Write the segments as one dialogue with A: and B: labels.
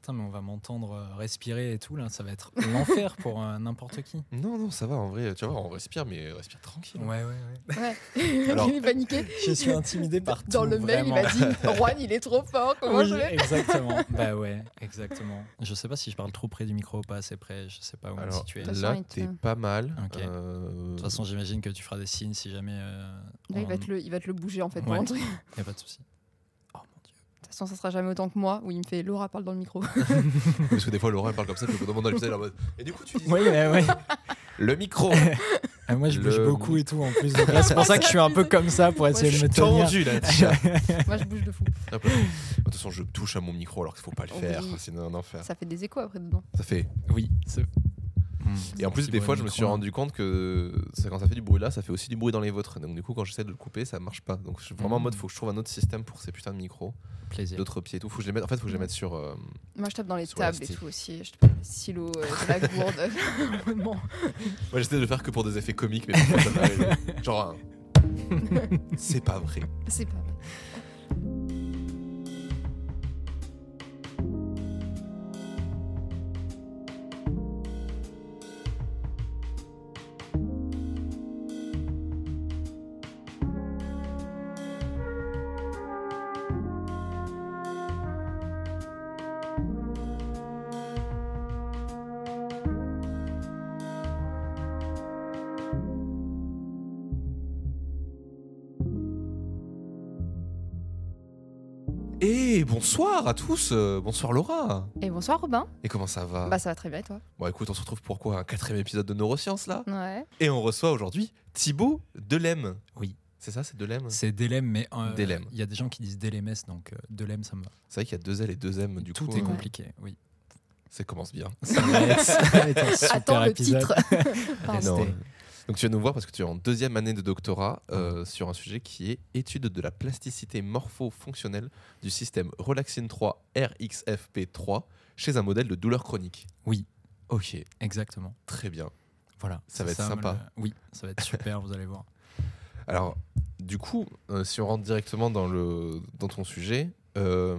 A: Putain, mais on va m'entendre euh, respirer et tout, là, ça va être l'enfer pour euh, n'importe qui.
B: Non, non, ça va, en vrai, tu vois, on respire, mais euh, respire tranquille.
A: Ouais, ouais, ouais.
C: Ouais.
B: Alors-
C: il est paniqué.
A: Je suis intimidé par
C: Dans
A: tout,
C: le mail, il
A: vraiment.
C: m'a dit Juan, il est trop fort. Comment
A: Oui,
C: je vais
A: exactement. bah ouais, exactement. Je sais pas si je parle trop près du micro ou pas assez près, je sais pas où me
B: Alors
A: situer. De
C: façon,
B: là,
C: il te-
B: t'es pas mal.
A: Ok.
B: Euh,
A: toute façon, j'imagine que tu feras des signes si jamais. euh,
C: Là, il
A: on-
C: va, te le, il va te le bouger en fait. pour
A: Ouais.
C: un truc.
A: y a pas de souci. Oh mon dieu.
C: De toute façon, ça sera jamais autant que moi où il me fait Laura parle dans le micro.
B: Parce que des fois, Laura elle parle comme ça, puis au bout d'un moment, elle faisait la mode. Et du coup, tu dis
A: Oui, ouais, ouais.
B: le micro.
A: Ah, moi, je
B: Le-
A: bouge beaucoup et tout en plus. donc là, c'est pour ça que je suis un peu comme ça pour essayer
C: je
A: de me
B: Je suis
A: tenir.
B: tendu là. déjà.
C: moi, je bouge de fou.
B: Hop là. De toute façon, je touche à mon micro alors qu'il faut pas le
C: Oui.
B: faire, sinon un enfer.
C: Ça fait des échos après dedans.
B: Ça fait.
A: Oui. c'est- Hmm.
B: Et en plus,
A: Petit
B: des
A: bruit
B: fois,
A: de
B: je me
A: micro, hein.
B: suis
A: là.
B: rendu compte que ça- quand ça fait du bruit là, ça fait aussi du bruit dans les vôtres. Donc, du coup, quand j'essaie de le couper, ça marche pas. Donc, je suis vraiment en mode,
A: Mm.
B: faut que je trouve un autre système pour ces putains de micros,
A: Plaisir.
B: d'autres pieds et tout. Faut que je les mette. En fait, faut que je les mette sur. euh,
C: Moi, je tape dans les
B: Sur
C: tables et
B: l'asti.
C: tout aussi. Je tape dans les silos, euh, de la gourde. Vraiment.
B: Moi, j'essaie de le faire que pour des effets comiques, mais parfois, ça m'arrive. Genre un. C'est pas vrai.
C: C'est pas vrai.
B: Et Eh, bonsoir à tous. euh, bonsoir Laura.
C: Et bonsoir Robin.
B: Et comment ça
A: Ah.
B: va
C: Bah ça va très bien et toi
B: Bon, écoute, on se retrouve pour quoi Un quatrième épisode de Neurosciences là
C: Ouais.
B: Et on reçoit aujourd'hui Thibaut Delem.
A: Oui.
B: C'est ça, c'est Delem
A: C'est Délem, mais euh,
B: Délem.
A: il y a des gens qui disent Délémès, donc euh, Délem, ça me va.
B: C'est vrai qu'il y a deux L et deux M du
A: Tout
B: coup.
A: est
B: euh,
A: compliqué, oui.
B: Ça commence bien.
A: Ça va être- ça va être un super
C: Attends le
A: épisode.
C: titre. Pardon.
A: Non.
B: C'était- Donc tu viens nous voir parce que tu es en deuxième année de doctorat euh, sur un sujet qui est étude de la plasticité morpho-fonctionnelle du système relaxine 3 RXFP3 chez un modèle de douleur chronique.
A: Oui.
B: Ok,
A: Exactement.
B: très bien.
A: Voilà.
B: Ça
A: c'est
B: va être sympa.
A: le- Oui, ça va être super, vous allez voir.
B: Alors, du coup, euh, si on rentre directement dans, le, dans ton sujet, euh,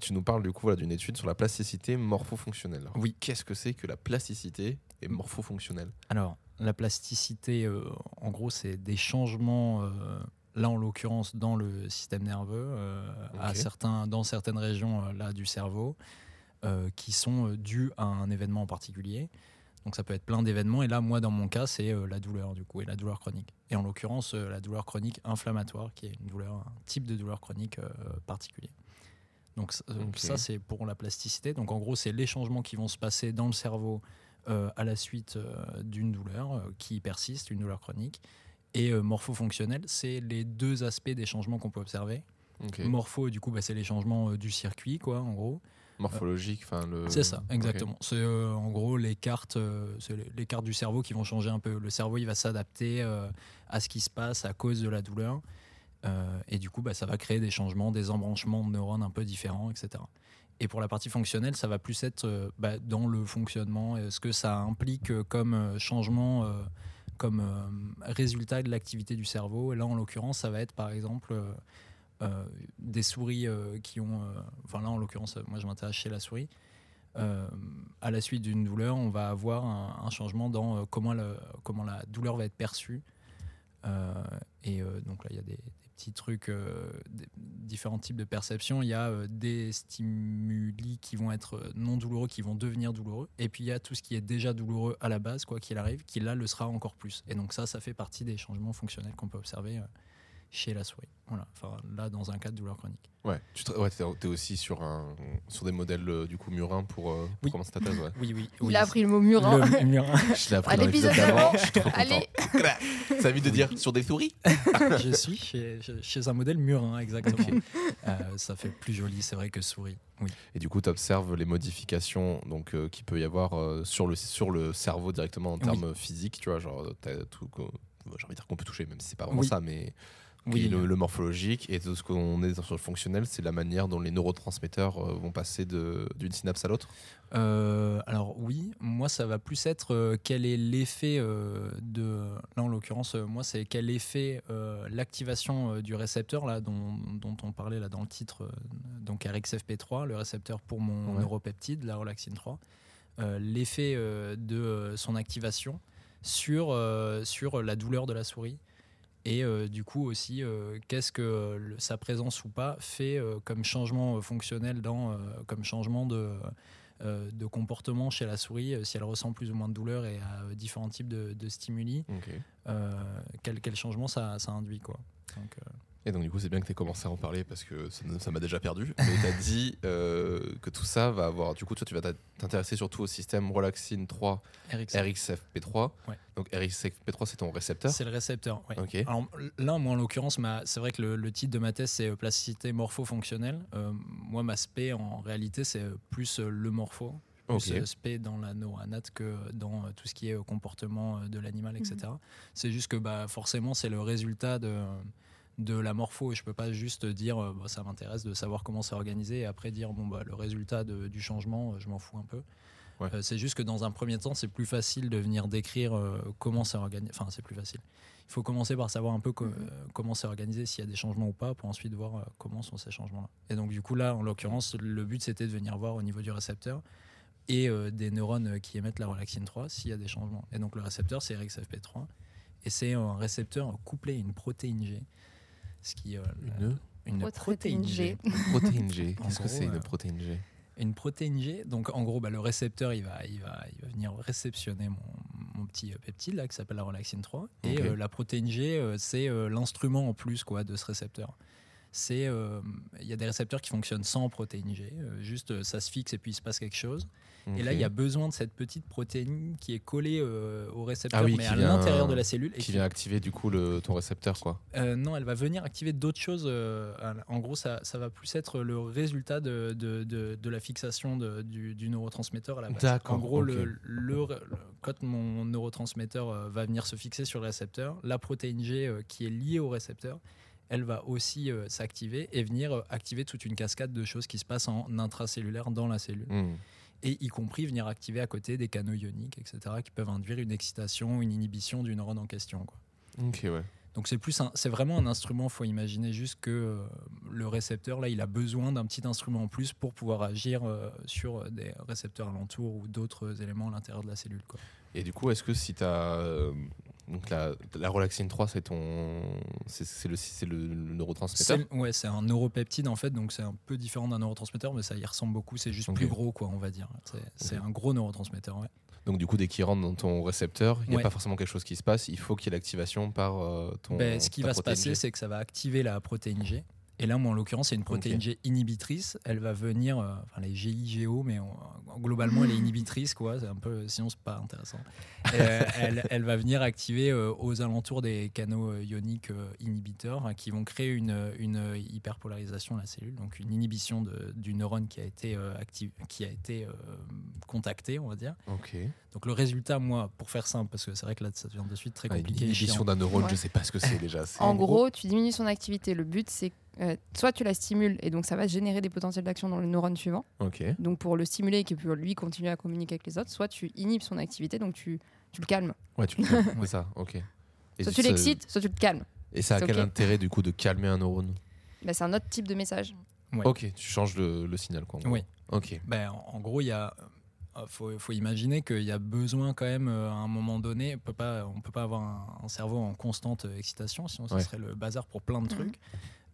B: tu nous parles du coup voilà, d'une étude sur la plasticité morpho-fonctionnelle.
A: Oui.
B: Qu'est-ce que c'est que la plasticité et morpho-fonctionnelle
A: Alors, la plasticité, euh, en gros, c'est des changements, euh, là en l'occurrence, dans le système nerveux, euh, à
B: Ok.
A: certains, dans certaines régions euh, là, du cerveau, euh, qui sont euh, dus à un événement en particulier. Donc ça peut être plein d'événements. Et là, moi, dans mon cas, c'est euh, la douleur, du coup, et la douleur chronique. Et en l'occurrence, euh, la douleur chronique inflammatoire, qui est une douleur, un type de douleur chronique euh, particulier. Donc ça, euh,
B: Ok.
A: ça, c'est pour la plasticité. Donc en gros, c'est les changements qui vont se passer dans le cerveau euh, à la suite euh, d'une douleur euh, qui persiste, une douleur chronique. Et euh, morpho-fonctionnel, c'est les deux aspects des changements qu'on peut observer.
B: Ok.
A: Morpho, du coup, bah, c'est les changements euh, du circuit, quoi, en gros.
B: Morphologique, enfin le...
A: C'est ça,
B: Ok.
A: exactement. C'est euh, en gros les cartes, euh, c'est les- les cartes du cerveau qui vont changer un peu. Le cerveau, il va s'adapter euh, à ce qui se passe à cause de la douleur. Euh, et du coup, bah, ça va créer des changements, des embranchements de neurones un peu différents, etc. Et pour la partie fonctionnelle, ça va plus être euh, bah, dans le fonctionnement, euh, ce que ça implique euh, comme euh, changement, euh, comme euh, résultat de l'activité du cerveau. Et là, en l'occurrence, ça va être par exemple euh, euh, des souris euh, qui ont. euh, Enfin, là, en l'occurrence, euh, moi, je m'intéresse chez la souris. Euh, à la suite d'une douleur, on va avoir un, un changement dans euh, comment, le- comment la douleur va être perçue. Euh, et euh, donc là, il y a des, des petits trucs, euh, des- différents types de perceptions. Il y a euh, des stimuli qui vont être euh, non douloureux, qui vont devenir douloureux. Et puis il y a tout ce qui est déjà douloureux à la base, quoi qu'il arrive, qui là le sera encore plus. Et donc ça, ça fait partie des changements fonctionnels qu'on peut observer euh, chez la souris. Voilà. Enfin, là, dans un cas de douleur chronique.
B: Ouais, tu tra- ouais, t'es t'es aussi sur, un, sur des modèles euh, du coup murin pour, euh, pour
A: Oui.
B: commencer ta thèse. Ouais.
A: Oui, oui.
C: Il a appris le mot murin.
A: Le murin.
B: Je l'ai appris
C: À
B: dans l'épisode
C: l'épisode
B: d'avant.
C: d'avant.
B: Je suis trop content.
C: Allez,
B: Ça évite de dire sur des souris.
A: je suis chez, chez un modèle murin, exactement. Euh, ça fait plus joli, c'est vrai, que souris. Oui.
B: Et du coup, tu observes les modifications donc euh, qu'il peut y avoir euh, sur le sur le cerveau directement en
A: Oui.
B: euh, termes physiques. Tu vois, genre t'as tout. qu'on- J'ai envie de dire qu'on peut toucher, même si c'est pas vraiment
A: Oui.
B: ça, mais oui.
A: Oui.
B: le, le morphologique, et tout ce qu'on est sur le fonctionnel, c'est la manière dont les neurotransmetteurs euh, vont passer de- d'une synapse à l'autre.
A: Euh, alors oui, moi ça va plus être euh, quel est l'effet euh, de... Là en l'occurrence, euh, moi c'est quel effet euh, l'activation euh, du récepteur là, dont, dont on parlait là dans le titre, euh, donc RXFP3, le récepteur pour mon
B: Ouais.
A: neuropeptide, la relaxine 3, euh, l'effet euh, de euh, son activation sur, euh, sur la douleur de la souris. Et euh, du coup aussi, euh, qu'est-ce que euh, le- sa présence ou pas fait euh, comme changement euh, fonctionnel, dans, euh, comme changement de, euh, de comportement chez la souris, euh, si elle ressent plus ou moins de douleur et à euh, différents types de, de stimuli, euh, quel, quel changement ça, ça induit. Quoi. Donc, euh,
B: Et donc, du coup, c'est bien que tu aies commencé à en parler parce que ça ça m'a déjà perdu. Mais tu as dit euh, que tout ça va avoir. Du coup, toi, tu vas t'a- t'intéresser surtout au système Relaxine 3
A: RX,
B: RXFP3.
A: Ouais.
B: Donc, RXFP3, c'est ton récepteur.
A: c'est le récepteur. ouais.
B: Ok.
A: Alors là, moi en l'occurrence, ma- c'est vrai que le, le titre de ma thèse c'est euh, plasticité morpho-fonctionnelle. Euh, moi, ma spé en réalité c'est euh, plus euh, le morpho,
B: Ok.
A: plus euh, spé dans la noanate que dans euh, tout ce qui est euh, comportement euh, de l'animal, etc. C'est juste que bah, forcément c'est le résultat de, de la morpho. Je peux pas juste dire euh, Bah, ça m'intéresse de savoir comment c'est organisé et après dire bon bah le résultat de- du changement, euh, je m'en fous un peu.
B: Ouais.
A: Euh, c'est juste que dans un premier temps, c'est plus facile de venir décrire euh, comment c'est organisé. Enfin, c'est plus facile. Il faut commencer par savoir un peu co-
C: Mhm.
A: euh, comment c'est organisé, s'il y a des changements ou pas, pour ensuite voir euh, comment sont ces changements-là. Et donc, du coup, là, en l'occurrence, le but, c'était de venir voir au niveau du récepteur et euh, des neurones euh, qui émettent la relaxine 3 s'il y a des changements. Et donc, le récepteur, c'est RXFP3. Et c'est un récepteur couplé à une protéine G. Ce qui, euh,
B: Une
A: une
C: Autre protéine G.
B: protéine G.
A: En
B: Qu'est-ce que
A: gros,
B: c'est
A: euh,
B: une protéine G
A: une protéine G. Donc en gros, bah, le récepteur, il va, il, va, il va venir réceptionner mon, mon petit euh, peptide là, qui s'appelle la relaxine 3. Et
B: Ok.
A: euh, la protéine G, euh, c'est euh, l'instrument en plus quoi, de ce récepteur. C'est, euh, Il y a des récepteurs qui fonctionnent sans protéine G. euh, juste, euh, ça se fixe et puis il se passe quelque chose. Et là,
B: Ok.
A: il y a besoin de cette petite protéine qui est collée euh, au récepteur,
B: Ah oui,
A: mais
B: qui
A: à
B: vient-
A: l'intérieur de la cellule. et
B: qui vient activer du coup le, ton récepteur quoi.
A: euh, non, elle va venir activer d'autres choses. euh, à- en gros, ça, ça va plus être le résultat de, de, de- de la fixation de- du, du neurotransmetteur à la base.
B: D'accord,
A: En gros,
B: ok.
A: le, le- le- quand mon neurotransmetteur euh, va venir se fixer sur le récepteur, la protéine G euh, qui est liée au récepteur, elle va aussi euh, s'activer et venir euh, activer toute une cascade de choses qui se passent en intracellulaire dans la cellule
B: Hmm.
A: et y compris venir activer à côté des canaux ioniques, etc., qui peuvent induire une excitation, une inhibition du neurone en question. quoi.
B: Ok ouais.
A: Donc c'est plus un- c'est vraiment un instrument. Faut imaginer juste que euh, le récepteur là, il a besoin d'un petit instrument en plus pour pouvoir agir euh, sur des récepteurs alentours ou d'autres euh, éléments à l'intérieur de la cellule. Quoi.
B: Et du coup, est-ce que si tu donc la, la relaxine 3, c'est ton c'est c'est le c'est le, le neurotransmetteur.
A: C'est ouais, c'est un neuropeptide en fait, donc c'est un peu différent d'un neurotransmetteur, mais ça y ressemble beaucoup. C'est juste
B: Ok.
A: plus gros, quoi, on va dire. C'est c'est un gros neurotransmetteur. ouais.
B: Donc du coup, dès qu'il rentre dans ton récepteur, il n'y a
A: Ouais.
B: pas forcément quelque chose qui se passe. Il faut qu'il y ait l'activation par euh, ton.
A: Ben, ce qui
B: ta
A: va se
B: protéine
A: passer,
B: G.
A: c'est que ça va activer la protéine G. Et là, moi, en l'occurrence, c'est une protéine G inhibitrice. Elle va venir, euh, enfin, les GIGO, mais on- globalement, elle est inhibitrice, quoi. C'est un peu, sinon, c'est pas intéressant. Euh, elle, elle va venir activer euh, aux alentours des canaux euh, ioniques euh, inhibiteurs hein, qui vont créer une, une euh, hyperpolarisation de la cellule, donc une inhibition de- du neurone qui a été, euh, acti- qui a été euh, contacté, on va dire.
B: Ok.
A: Donc, le résultat, moi, pour faire simple, parce que c'est vrai que là, ça devient de suite très
B: Ah, une
A: compliqué. et
B: inhibition
A: chiant.
B: d'un neurone,
C: Ouais.
B: je sais pas ce que c'est déjà. C'est-
C: En gros, tu diminues son activité. Le but, c'est euh, soit tu la stimules et donc ça va générer des potentiels d'action dans le neurone suivant,
B: Ok.
C: donc pour le stimuler et que pour lui continuer à communiquer avec les autres, soit tu inhibes son activité, donc tu, tu le calmes.
B: Ouais, tu le calmes, c'est ça. Ok. Et
C: soit tu
B: ça-
C: l'excites, soit tu le calmes.
B: Et ça a
C: c'est
B: quel
C: ok.
B: intérêt du coup de calmer un neurone
C: Bah, c'est un autre type de message.
A: Ouais.
B: Ok, tu changes le, le signal quoi. en gros.
A: Oui.
B: Ok.
A: Ben, en en gros, il y a, euh, faut, faut imaginer qu'il y a besoin quand même euh, à un moment donné. On peut pas, on peut pas avoir un, un cerveau en constante euh, excitation, sinon ce
B: Ouais.
A: serait le bazar pour plein de trucs.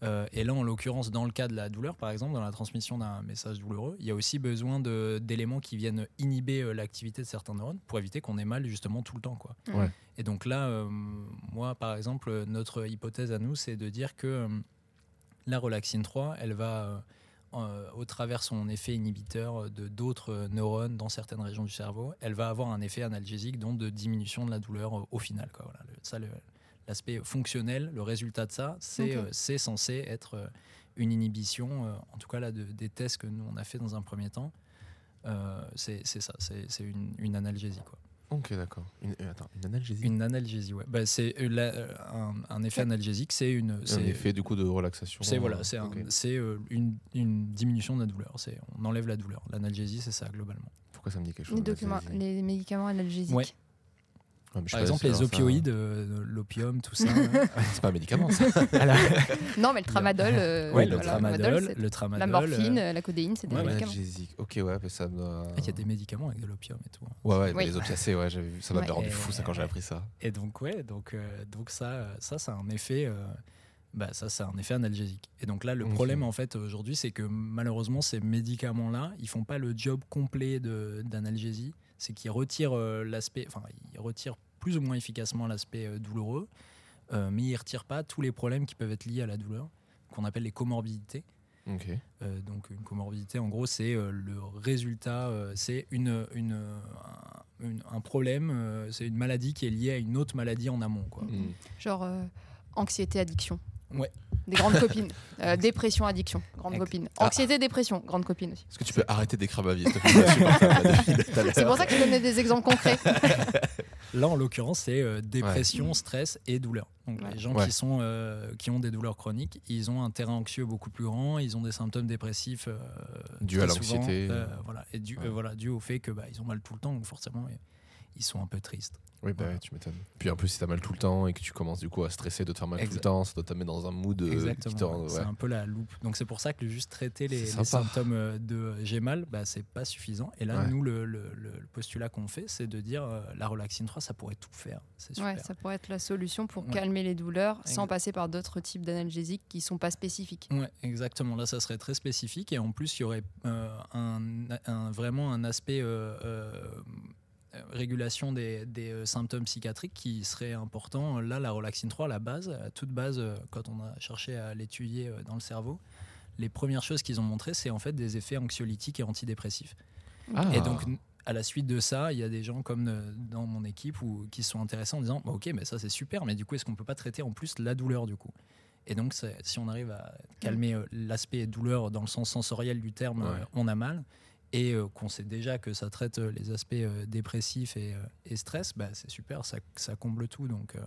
A: Euh, et là, en l'occurrence, dans le cas de la douleur, par exemple, dans la transmission d'un message douloureux, il y a aussi besoin de- d'éléments qui viennent inhiber euh, l'activité de certains neurones pour éviter qu'on ait mal justement tout le temps, quoi.
B: Ouais.
A: Et donc là, euh, moi, par exemple, euh, notre hypothèse à nous, c'est de dire que euh, la relaxine 3, elle va euh, euh, au travers son effet inhibiteur de d'autres euh, neurones dans certaines régions du cerveau, elle va avoir un effet analgésique, donc de diminution de la douleur euh, au final. Quoi. Voilà, le- ça, le- l'aspect fonctionnel, le résultat de ça, c'est
C: Ok.
A: euh, c'est censé être euh, une inhibition, euh, en tout cas là, de- des tests que nous on a fait dans un premier temps. Euh, c'est c'est ça, c'est c'est une, une analgésie. Quoi.
B: Ok, d'accord. Une, euh, attends, une analgésie
A: Une analgésie, ouais. Bah, c'est euh, la- euh, un, un effet analgésique, c'est une.
B: Un
A: c'est-
B: effet du coup de relaxation.
A: C'est voilà, c'est un-
B: Ok.
A: c'est, euh, une, une diminution de la douleur. C'est on enlève la douleur. L'analgésie, c'est ça globalement.
B: Pourquoi ça me dit quelque chose
C: Les, documents,
B: l'analyse
C: les médicaments analgésiques.
A: Ouais.
B: Ah, mais je
A: Par
B: sais pas
A: exemple,
B: si
A: les
B: alors ça-
A: opioïdes, euh, l'opium, tout ça. euh,
B: C'est pas un médicament, ça.
A: Alors,
C: Non, mais le tramadol. euh,
A: ouais,
B: le
A: le
C: voilà,
A: tramadol,
C: c'est-
A: le tramadol.
C: La morphine,
A: euh,
C: euh, la codéine, c'est des
A: ouais, ouais.
C: médicaments.
B: Analgésique. Ok, ouais, mais ça me.
A: ah, Il y a des médicaments avec de l'opium et tout. hein.
B: Ouais, ouais, mais
C: Oui.
B: les opiacés, ouais, j'avais vu. Ça m'avait
C: Ouais.
B: rendu fou, ça, quand j'ai appris ça.
A: Et donc ouais, donc euh, donc ça, euh, ça, ça a un effet. euh, bah, ça, c'est un effet analgésique. Et donc là, le
B: Ok.
A: problème en fait aujourd'hui, c'est que malheureusement, ces médicaments-là, ils font pas le job complet de- d'analgésie. C'est qu'ils retirent euh, l'aspect, enfin, ils retirent plus ou moins efficacement l'aspect euh, douloureux, euh, mais ils retirent pas tous les problèmes qui peuvent être liés à la douleur, qu'on appelle les comorbidités.
B: Ok.
A: Euh, donc une comorbidité, en gros, c'est euh, le résultat, euh, c'est une, une, euh, un- une- un problème, euh, c'est une maladie qui est liée à une autre maladie en amont. Quoi.
B: Hmm.
C: Genre euh, anxiété, addiction.
A: Ouais.
C: Des grandes copines. Euh, dépression, addiction. Grande
A: Ex-
C: copine.
B: Ah.
C: Anxiété, dépression. Grande copine aussi.
B: Est-ce que tu peux arrêter d'écrabavier s'il te plaît Je supporte pas, depuis tout à l'heure.
C: C'est pour ça que je donnais des exemples concrets.
A: Là, en l'occurrence, c'est euh, dépression, stress et douleur. Donc
C: Ouais.
A: les gens
B: Ouais.
A: qui, sont, euh, qui ont des douleurs chroniques, ils ont un terrain anxieux beaucoup plus grand, ils ont des symptômes dépressifs euh,
B: Dû à
A: très souvent,
B: l'anxiété.
A: euh, voilà, et dû, euh,
B: Ouais.
A: voilà, dû au fait que bah, ils ont mal tout le temps, donc forcément, euh, ils sont un peu tristes.
B: Oui, bah, ouais, tu m'étonnes. Puis en plus, si t'as mal tout le temps et que tu commences du coup à stresser de te faire mal tout le
A: Exact.
B: temps, ça doit te mettre dans un mood euh, qui te rend.
A: Exactement.
B: ouais.
A: C'est un peu la loupe. Donc c'est pour ça que juste traiter les,
B: C'est
A: les
B: sympa.
A: symptômes euh, de euh, j'ai mal, bah, c'est pas suffisant. Et là,
B: Ouais.
A: nous, le, le- le postulat qu'on fait, c'est de dire euh, la relaxine 3, ça pourrait tout faire. C'est super.
C: Ouais, ça pourrait être la solution pour
A: Ouais.
C: calmer les douleurs sans
A: Exact.
C: passer par d'autres types d'analgésiques qui sont pas spécifiques.
A: Ouais, exactement. Là, ça serait très spécifique et en plus, il y aurait euh, un, un- vraiment un aspect euh, euh, euh, régulation des, des, euh, symptômes psychiatriques qui serait important. Là, la relaxine 3, la base, à toute base, euh, quand on a cherché à l'étudier euh, dans le cerveau, les premières choses qu'ils ont montrées, c'est en fait des effets anxiolytiques et antidépressifs.
B: Ah.
A: Et donc, n- à la suite de ça, il y a des gens comme euh, dans mon équipe ou qui se sont intéressés en disant Bah, Ok, mais ça c'est super, mais du coup, est-ce qu'on peut pas traiter en plus la douleur du coup Et donc, c'est- si on arrive à calmer euh, l'aspect douleur dans le sens sensoriel du terme, euh,
B: Ouais.
A: on a mal, et euh, qu'on sait déjà que ça traite euh, les aspects euh, dépressifs et, euh, et stress, bah, c'est super, ça, ça comble tout. Donc, euh,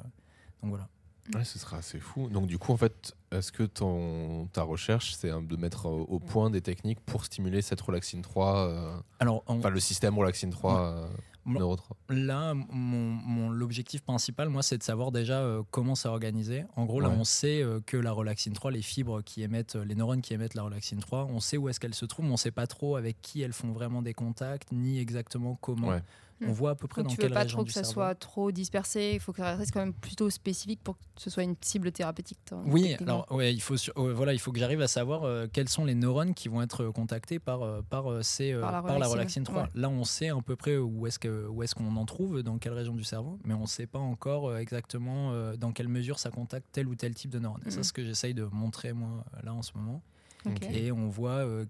A: donc voilà.
B: Ouais, ce sera assez fou. Donc, du coup, en fait, est-ce que ton, ta recherche, c'est hein, de mettre au, au point des techniques pour stimuler cette relaxine 3, euh,
A: Alors, on-
B: enfin le système relaxine 3, euh,
A: Bon.
B: neuro 3
A: là, mon, mon- l'objectif principal, moi, c'est de savoir déjà euh, comment ça organisé. En gros, là,
B: Ouais.
A: on sait euh, que la relaxine 3, les fibres qui émettent, euh, les neurones qui émettent la relaxine 3, on sait où est-ce qu'elles se trouvent, mais on ne sait pas trop avec qui elles font vraiment des contacts, ni exactement comment.
B: Ouais.
A: On voit à peu près
C: Donc
A: dans
C: tu veux
A: quelle
C: pas
A: région
C: trop que
A: du
C: ça
A: cerveau.
C: soit trop dispersé, il faut que ça reste quand même plutôt spécifique pour que ce soit une cible thérapeutique. toi,
A: Oui,
C: techniquement.
A: alors ouais, il faut sur- euh, voilà, il faut que j'arrive à savoir euh, quels sont les neurones qui vont être euh, contactés par euh, par euh, ces euh,
C: Par
A: par,
C: la
A: la
C: relaxine,
A: relaxine 3.
C: ouais.
A: Là, on sait à peu près où est-ce que où est-ce qu'on en trouve dans quelle région du cerveau, mais on ne sait pas encore euh, exactement euh, dans quelle mesure ça contacte tel ou tel type de neurone. Et
C: Mhm.
A: ça, c'est ce que j'essaye de montrer moi euh, là en ce moment.
C: Ok.
B: Ok.
A: Et on voit, euh,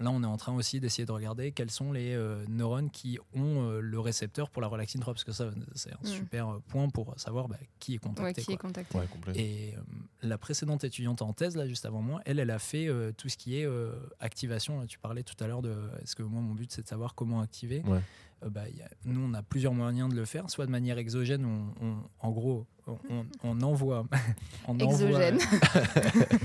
A: là on est en train aussi d'essayer de regarder quels sont les euh, neurones qui ont euh, le récepteur pour la relaxine 3, parce que ça c'est un
C: Mm.
A: super euh, point pour savoir bah, qui est
C: Ouais,
A: contacté.
C: qui
A: quoi.
C: est contacté.
B: Ouais, complet.
A: Et euh, la précédente étudiante en thèse, là juste avant moi, elle, elle a fait euh, tout ce qui est euh, activation. Tu parlais tout à l'heure de, est-ce que moi mon but c'est de savoir comment activer
B: Ouais.
A: Euh, bah, il y a- nous, on a plusieurs moyens de le faire, soit de manière exogène, on, on- en gros, on, on- on envoie, on envoie-
C: Exogène.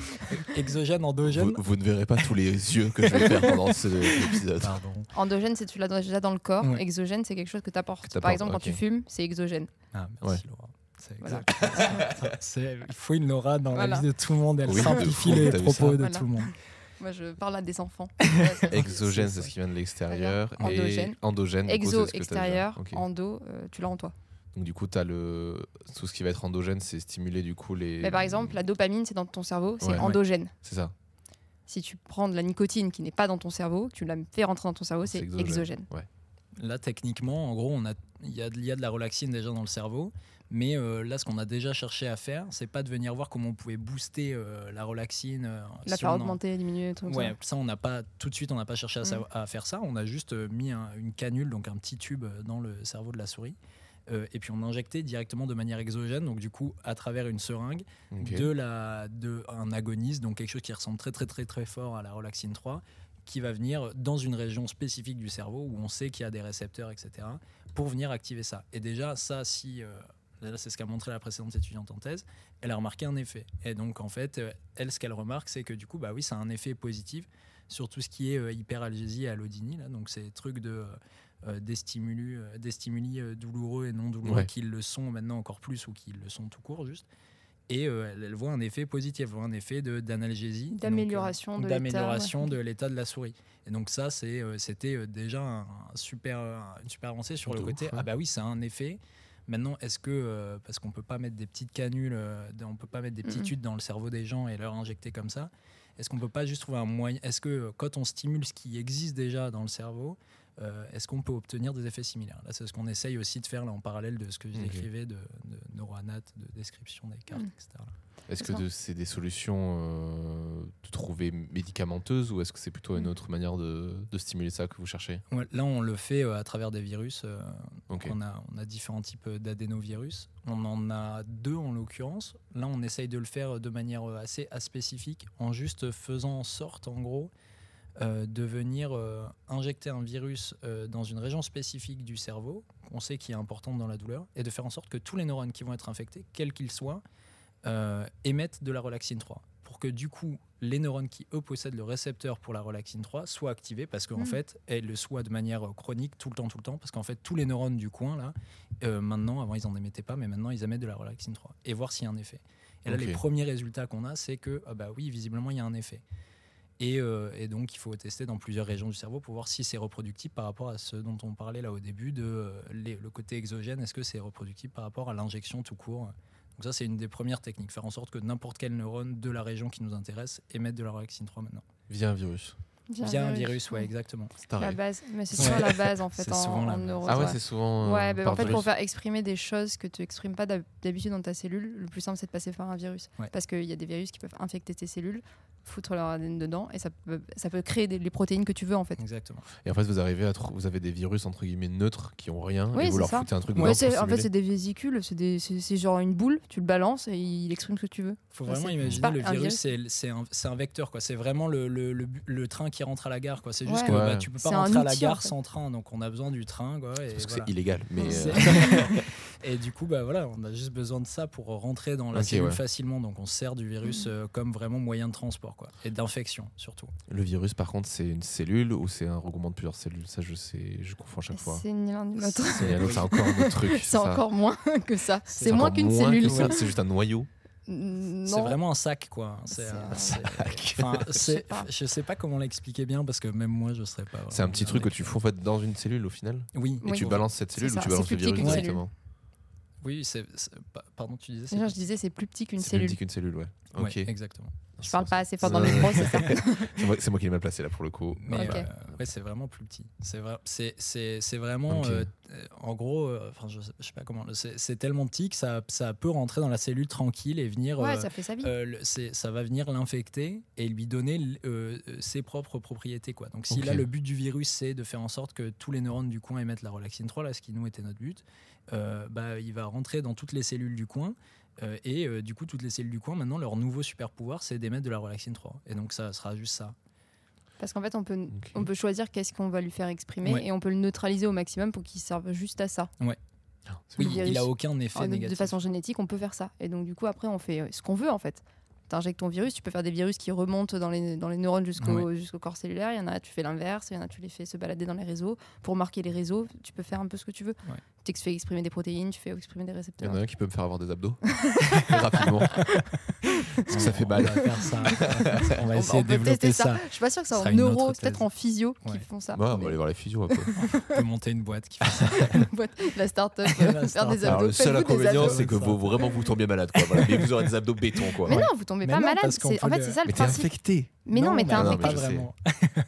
A: exogène,
B: Vous,
A: endogène,
B: vous ne verrez pas tous les yeux que je vais faire pendant ce épisode.
A: pardon.
C: Endogène, c'est tu l'as déjà dans le corps.
A: Ouais.
C: Exogène, c'est quelque chose que tu apportes.
B: Que t'apportes,
C: Par exemple, quand
B: ok.
C: tu fumes, c'est exogène.
A: Ah, merci Laura. C'est
C: Voilà.
A: exactement ça. C'est- Il faut une Laura dans
C: Voilà.
A: la vie de tout le monde. Elle
B: Oui, de
A: simplifie
B: fou,
A: les
B: t'as vu
A: propos de
C: ça
A: tout le monde.
C: Moi, je parle à des enfants.
B: Exogène, c'est
A: C'est
B: ce qui vient de l'extérieur.
C: Voilà. Endogène.
B: Et endogène. du coup, c'est
C: Exo,
B: ce que t'as
C: extérieur,
B: déjà. Ok.
C: endo, euh, tu l'as en toi.
B: Donc, du coup, t'as le... tout ce qui va être endogène, c'est stimuler du coup les.
C: Mais par exemple, la dopamine, c'est dans ton cerveau, c'est
B: Ouais.
C: endogène.
B: C'est ça.
C: Si tu prends de la nicotine qui n'est pas dans ton cerveau, que tu la fais rentrer dans ton cerveau, c'est
B: C'est
C: exogène.
B: exogène.
A: Là, techniquement, en gros, on a- il y a, de- il y a de la relaxine déjà dans le cerveau. Mais euh, là, ce qu'on a déjà cherché à faire, c'est pas de venir voir comment on pouvait booster euh, la relaxine. euh,
C: La
A: si
C: faire
A: on en-
C: augmenter, diminuer, tout comme
A: Ouais, euh,
C: ça. Mm.
A: ça, on n'a pas tout de suite, on n'a pas cherché à, sa- à faire ça. On a juste euh, mis un- une canule, donc un petit tube euh, dans le cerveau de la souris. Euh, et puis on injectait directement de manière exogène, donc du coup à travers une seringue.
B: Ok.
A: de la de un agoniste donc quelque chose qui ressemble très très très très fort à la relaxine 3 qui va venir dans une région spécifique du cerveau où on sait qu'il y a des récepteurs, etc., pour venir activer ça. Et déjà, ça, si. euh, là, c'est ce qu'a montré la précédente étudiante en thèse, elle a remarqué un effet. Et donc, en fait, euh, elle, ce qu'elle remarque, c'est que du coup, bah oui, ça a un effet positif sur tout ce qui est euh, hyperalgésie et allodynie. Là. Donc, ces trucs de. euh, euh, des stimuli, euh, des stimuli euh, douloureux et non douloureux
B: Ouais.
A: qui le sont maintenant encore plus ou qui le sont tout court, juste. Et euh, elle, elle voit un effet positif, elle voit un effet de- d'analgésie. donc, euh,
C: D'amélioration de l'état,
A: d'amélioration
C: ouais.
A: de l'état de la souris. Et donc ça, c'est, euh, c'était euh, déjà un, un super, euh, une super avancée sur
B: De
A: le
B: ouf,
A: côté.
B: ouais.
A: Ah bah oui, ça a un effet. Maintenant, est-ce que euh, parce qu'on peut pas mettre des petites canules, euh, dans- on peut pas mettre des petites
C: Mhm.
A: tubes dans le cerveau des gens et leur injecter comme ça Est-ce qu'on peut pas juste trouver un moyen Est-ce que euh, quand on stimule ce qui existe déjà dans le cerveau, euh, est-ce qu'on peut obtenir des effets similaires Là, c'est ce qu'on essaye aussi de faire là en parallèle de ce que je
B: Ok.
A: décrivais de, de neuroanat, de description des cartes,
C: Mhm.
A: etc.
B: Est-ce que
C: Ça.
B: de- c'est des solutions euh, de trouver médicamenteuses ou est-ce que c'est plutôt
C: Mm.
B: une autre manière de, de stimuler ça que vous cherchez
A: Ouais, Là, on le fait euh, à travers des virus. euh,
B: Ok.
A: On, a, on a différents types euh, d'adénovirus. On en a deux en l'occurrence. Là, on essaye de le faire euh, de manière euh, assez aspécifique, en juste faisant en sorte, en gros, euh, de venir euh, injecter un virus euh, dans une région spécifique du cerveau, qu'on sait qui est importante dans la douleur, et de faire en sorte que tous les neurones qui vont être infectés, quels qu'ils soient, euh, émettent de la relaxine 3. Pour que du coup, les neurones qui, eux, possèdent le récepteur pour la relaxine 3 soient activés, parce qu'en
C: Mm.
A: fait, elles le soient de manière euh, chronique, tout le temps, tout le temps, parce qu'en fait, tous les neurones du coin, là, euh, maintenant, avant, ils n'en émettaient pas, mais maintenant, ils émettent de la relaxine 3, et voir s'il y a un effet. Et là,
B: Ok.
A: les premiers résultats qu'on a, c'est que, ah bah oui, visiblement, il y a un effet. Et, euh, et donc, il faut tester dans plusieurs régions du cerveau pour voir si c'est reproductible par rapport à ce dont on parlait là au début, de euh, les- le côté exogène, est-ce que c'est reproductible par rapport à l'injection tout court Donc ça, c'est une des premières techniques, faire en sorte que n'importe quel neurone de la région qui nous intéresse émette de la relaxine 3 maintenant.
B: Via un virus.
A: Via un virus, ouais, exactement.
B: C'est
C: La
B: taré.
C: base, mais c'est
A: Ouais.
C: souvent la base en fait
A: C'est
C: en,
A: souvent la
C: Bah, en
A: base.
C: neuro,
B: Ah ouais,
C: ouais.
B: c'est souvent. euh,
C: Ouais, bah, en
B: par
C: fait,
B: virus.
C: pour faire exprimer des choses que tu exprimes pas d'hab- d'habitude dans ta cellule, le plus simple c'est de passer par un virus.
A: Ouais.
C: Parce qu'il y a des virus qui peuvent infecter tes cellules, foutre leur ADN dedans et ça peut, ça peut créer des- les protéines que tu veux en fait.
A: Exactement.
B: Et en fait, vous arrivez à trou- vous avez des virus entre guillemets neutres qui ont rien
C: Oui,
B: et vous
C: c'est
B: leur
C: ça.
B: foutez un truc.
A: Ouais,
B: dedans
C: Ouais,
B: pour
C: c'est- en fait,
B: stimuler.
C: c'est des vésicules, c'est des- c'est c'est genre une boule, tu le balances et il exprime ce que tu veux.
A: Il faut
C: Ça,
A: vraiment
C: c'est-
B: c'est
A: imaginer
C: pas
A: le
C: un
A: virus,
C: virus.
A: c'est c'est un, c'est un vecteur, quoi. C'est vraiment le, le- le bu- le train qui rentre à la gare, quoi. C'est juste
C: Ouais.
A: que bah,
B: Ouais.
A: tu peux pas
C: C'est un
A: rentrer à la
C: outil, en
A: gare
C: fait.
A: sans train, donc on a besoin du train, quoi. et
B: Parce que
A: voilà.
B: c'est illégal, mais
C: C'est-
A: C'est-
B: euh,
A: et du coup, bah voilà, on a juste besoin de ça pour rentrer dans la
B: Ok,
A: cellule
B: ouais.
A: facilement. Donc on se sert du virus euh, comme vraiment moyen de transport quoi, et d'infection surtout.
B: le virus, par contre, c'est une cellule ou c'est un regroupement de plusieurs cellules. Ça, je sais, je confonds chaque fois.
C: C'est ni l'un ni l'autre.
B: C'est un autre- c'est encore un autre truc.
C: C'est
B: ça.
C: encore moins que ça.
A: C'est
C: C'est moins
B: encore
C: qu'une cellule.
B: que ça. C'est juste un noyau.
C: Non.
A: C'est vraiment un sac quoi.
C: C'est
A: euh,
C: un
A: c'est- enfin, c'est-
C: pas.
A: je sais pas comment l'expliquer bien parce que même moi je serais pas.
B: C'est un petit truc que tu fous en fait dans une cellule au final.
A: Oui.
B: Et
C: Oui.
B: tu balances cette
C: C'est
B: cellule ou
C: ça,
B: tu
C: c'est
B: balances
C: plus
B: le
C: petit
B: virus
C: qu'une cellule.
B: directement
A: Oui, c'est. c'est- pa- Pardon, tu disais. c'est-
C: Genre, je disais, c'est plus petit qu'une
B: C'est plus
C: cellule.
B: petit qu'une cellule, ouais.
A: Ouais,
B: Ok.
A: Exactement.
C: Je parle pas assez fort
B: c'est-
C: dans le micro, c'est ça.
B: C'est moi, c'est moi qui l'ai mal placé là pour le coup.
A: Mais
C: Ok.
A: euh, ouais, c'est vraiment plus petit. C'est vrai, c'est c'est c'est vraiment
B: Ok.
A: euh, euh, en gros. euh, Enfin, je, sais- je sais pas comment. C'est c'est tellement petit que ça ça peut rentrer dans la cellule tranquille et venir.
C: Ouais,
A: euh,
C: ça fait sa vie.
A: euh, le- c'est- ça va venir l'infecter et lui donner l- euh, euh, ses propres propriétés. Quoi. Donc, si
B: Ok.
A: là, le but du virus, c'est de faire en sorte que tous les neurones du coin émettent la relaxine 3, là, ce qui nous était notre but, euh, bah, il va rentrer dans toutes les cellules du coin. euh, et euh, du coup, toutes les cellules du coin, maintenant, leur nouveau super pouvoir, c'est d'émettre de la relaxine 3. Et donc, ça sera juste ça.
C: Parce qu'en fait, on peut,
B: Ok.
C: on peut choisir qu'est-ce qu'on va lui faire exprimer
A: Ouais.
C: et on peut le neutraliser au maximum pour qu'il serve juste à ça.
B: Ah, C'est
A: Oui,
C: Le virus.
A: il a aucun effet
C: Alors, de-
A: Ah, négatif.
C: de façon génétique, on peut faire ça. Et donc, du coup, après, on fait euh, ce qu'on veut en fait. T'injectes ton virus, tu peux faire des virus qui remontent dans les, dans les neurones jusqu'au jusqu'au corps cellulaire. Il y en a, tu fais l'inverse. Il y en a, tu les fais se balader dans les réseaux. Pour marquer les réseaux, tu peux faire un peu ce que tu veux.
A: Ouais.
C: Tu ex- fais exprimer des protéines, tu fais exprimer des
B: Il y
C: récepteurs.
B: en a un qui peut me faire avoir des abdos rapidement. Parce que ça fait
A: On
B: mal.
A: va faire ça. On va
C: On-
A: essayer
C: on
A: de
C: peut
A: développer
C: tester ça.
A: ça.
C: Je suis pas sûre que
A: Ce
C: ça
A: sera
C: en
A: une
C: neuro,
A: autre
C: c'est peut-être
A: thèse.
C: en physio
A: Ouais. Bah,
C: qui font ça.
B: Bon, on
C: Ah, Mais
B: va aller voir les physios après.
A: On peut monter une boîte qui fait ça.
C: La start-up,
A: La
C: euh, faire
A: start-up. Ah,
C: des
B: Alors,
C: abdos.
B: le seul
C: faites-vous des
B: inconvénient,
C: abdos.
B: c'est que vous, vraiment vous tombiez malade. Quoi. Voilà. Mais vous aurez des abdos béton. Quoi.
C: Mais
B: Ouais.
C: non, vous tombez
A: Mais
C: pas
A: non,
C: malade.
A: parce qu'on
C: c'est- En
A: peut
C: fait,
A: le-
C: c'est ça le
B: Mais t'es
C: principe.
B: infecté. Ah
C: Mais non, mais t'es
B: non, mais
C: infecté.
A: Pas
B: je sais.
A: vraiment.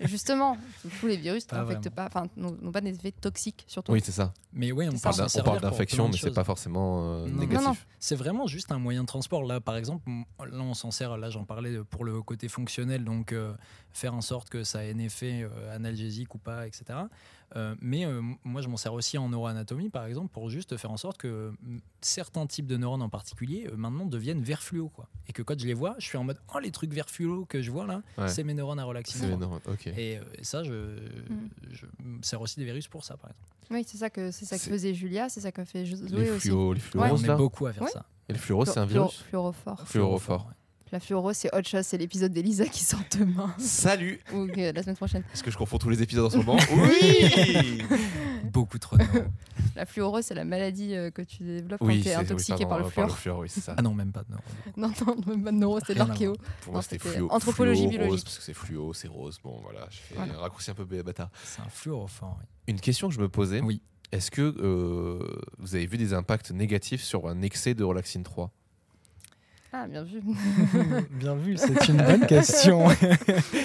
C: Justement, tous les virus
A: Pas
C: t'infectent
A: vraiment.
C: pas, enfin, n'ont n'ont pas des effets toxiques surtout.
B: Oui, c'est ça.
A: Mais ouais, on
C: C'est
A: peut
C: ça.
A: s'en
B: On parle d'in- On
A: servir
B: parle
A: pour
B: d'infection,
A: plein de
B: mais c'est
A: choses. hein.
B: pas forcément euh,
A: Non, non.
B: négatif.
C: Non, non.
A: C'est vraiment juste un moyen de transport. Là, par exemple, m- là, on s'en sert, là, j'en parlais euh, pour le côté fonctionnel, donc euh, faire en sorte que ça ait un effet euh, analgésique ou pas, etc. Euh, mais euh, m- moi, je m'en sers aussi en neuroanatomie, par exemple, pour juste faire en sorte que mm, certains types de neurones en particulier, euh, maintenant, deviennent vert fluo, quoi. Et que quand je les vois, je suis en mode, oh, les trucs vert fluo que je vois là,
B: Ouais.
A: c'est mes neurones à relaxine
B: C'est
A: 3.
B: énorme, ok.
A: Et euh, ça, je,
C: Mm.
A: je me sers aussi des virus pour ça, par exemple.
C: Oui, c'est ça que c'est ça que
B: C'est-
C: faisait Julia, c'est ça que fait Jo-
B: Les
C: Zoé aussi.
B: fluos, les fluos,
C: Ouais.
A: On
B: roses,
A: est
B: là.
A: beaucoup à faire
C: Ouais.
A: ça.
B: Et le fluoro, c'est un
C: Fluor-
B: virus
C: Fluorophore.
B: Fluorophore.
C: La fluoro, c'est autre chose, c'est l'épisode d'Elisa qui sort demain
B: Salut
C: ou que- la semaine prochaine.
B: Est-ce que je confonds tous les épisodes en ce moment Oui
A: Beaucoup trop. de neurones.
C: La fluoro, c'est la maladie euh, que tu développes
B: Oui,
C: quand tu es
B: c'est- oui,
C: intoxiqué
B: pardon, euh,
C: par
A: euh,
C: le fluor.
B: oui, c'est ça.
A: ah non, même pas de neurones.
C: Non, non, même pas de neuro, c'est de
A: Rien à
C: l'archéo.
B: Pour moi,
C: Non,
B: c'était
C: c'était
B: fluo.
C: anthropologie
B: fluo,
C: biologique.
B: Rose, parce que c'est fluo, c'est rose. Bon, voilà, je fais
C: Voilà.
B: un raccourci un peu bâtard.
A: C'est un fluorophore. oui.
B: Une question que je me posais
A: Oui.
B: est-ce que euh, vous avez vu des impacts négatifs sur un excès de relaxine 3
C: Ah, bien vu.
A: Bien vu, c'est une bonne question.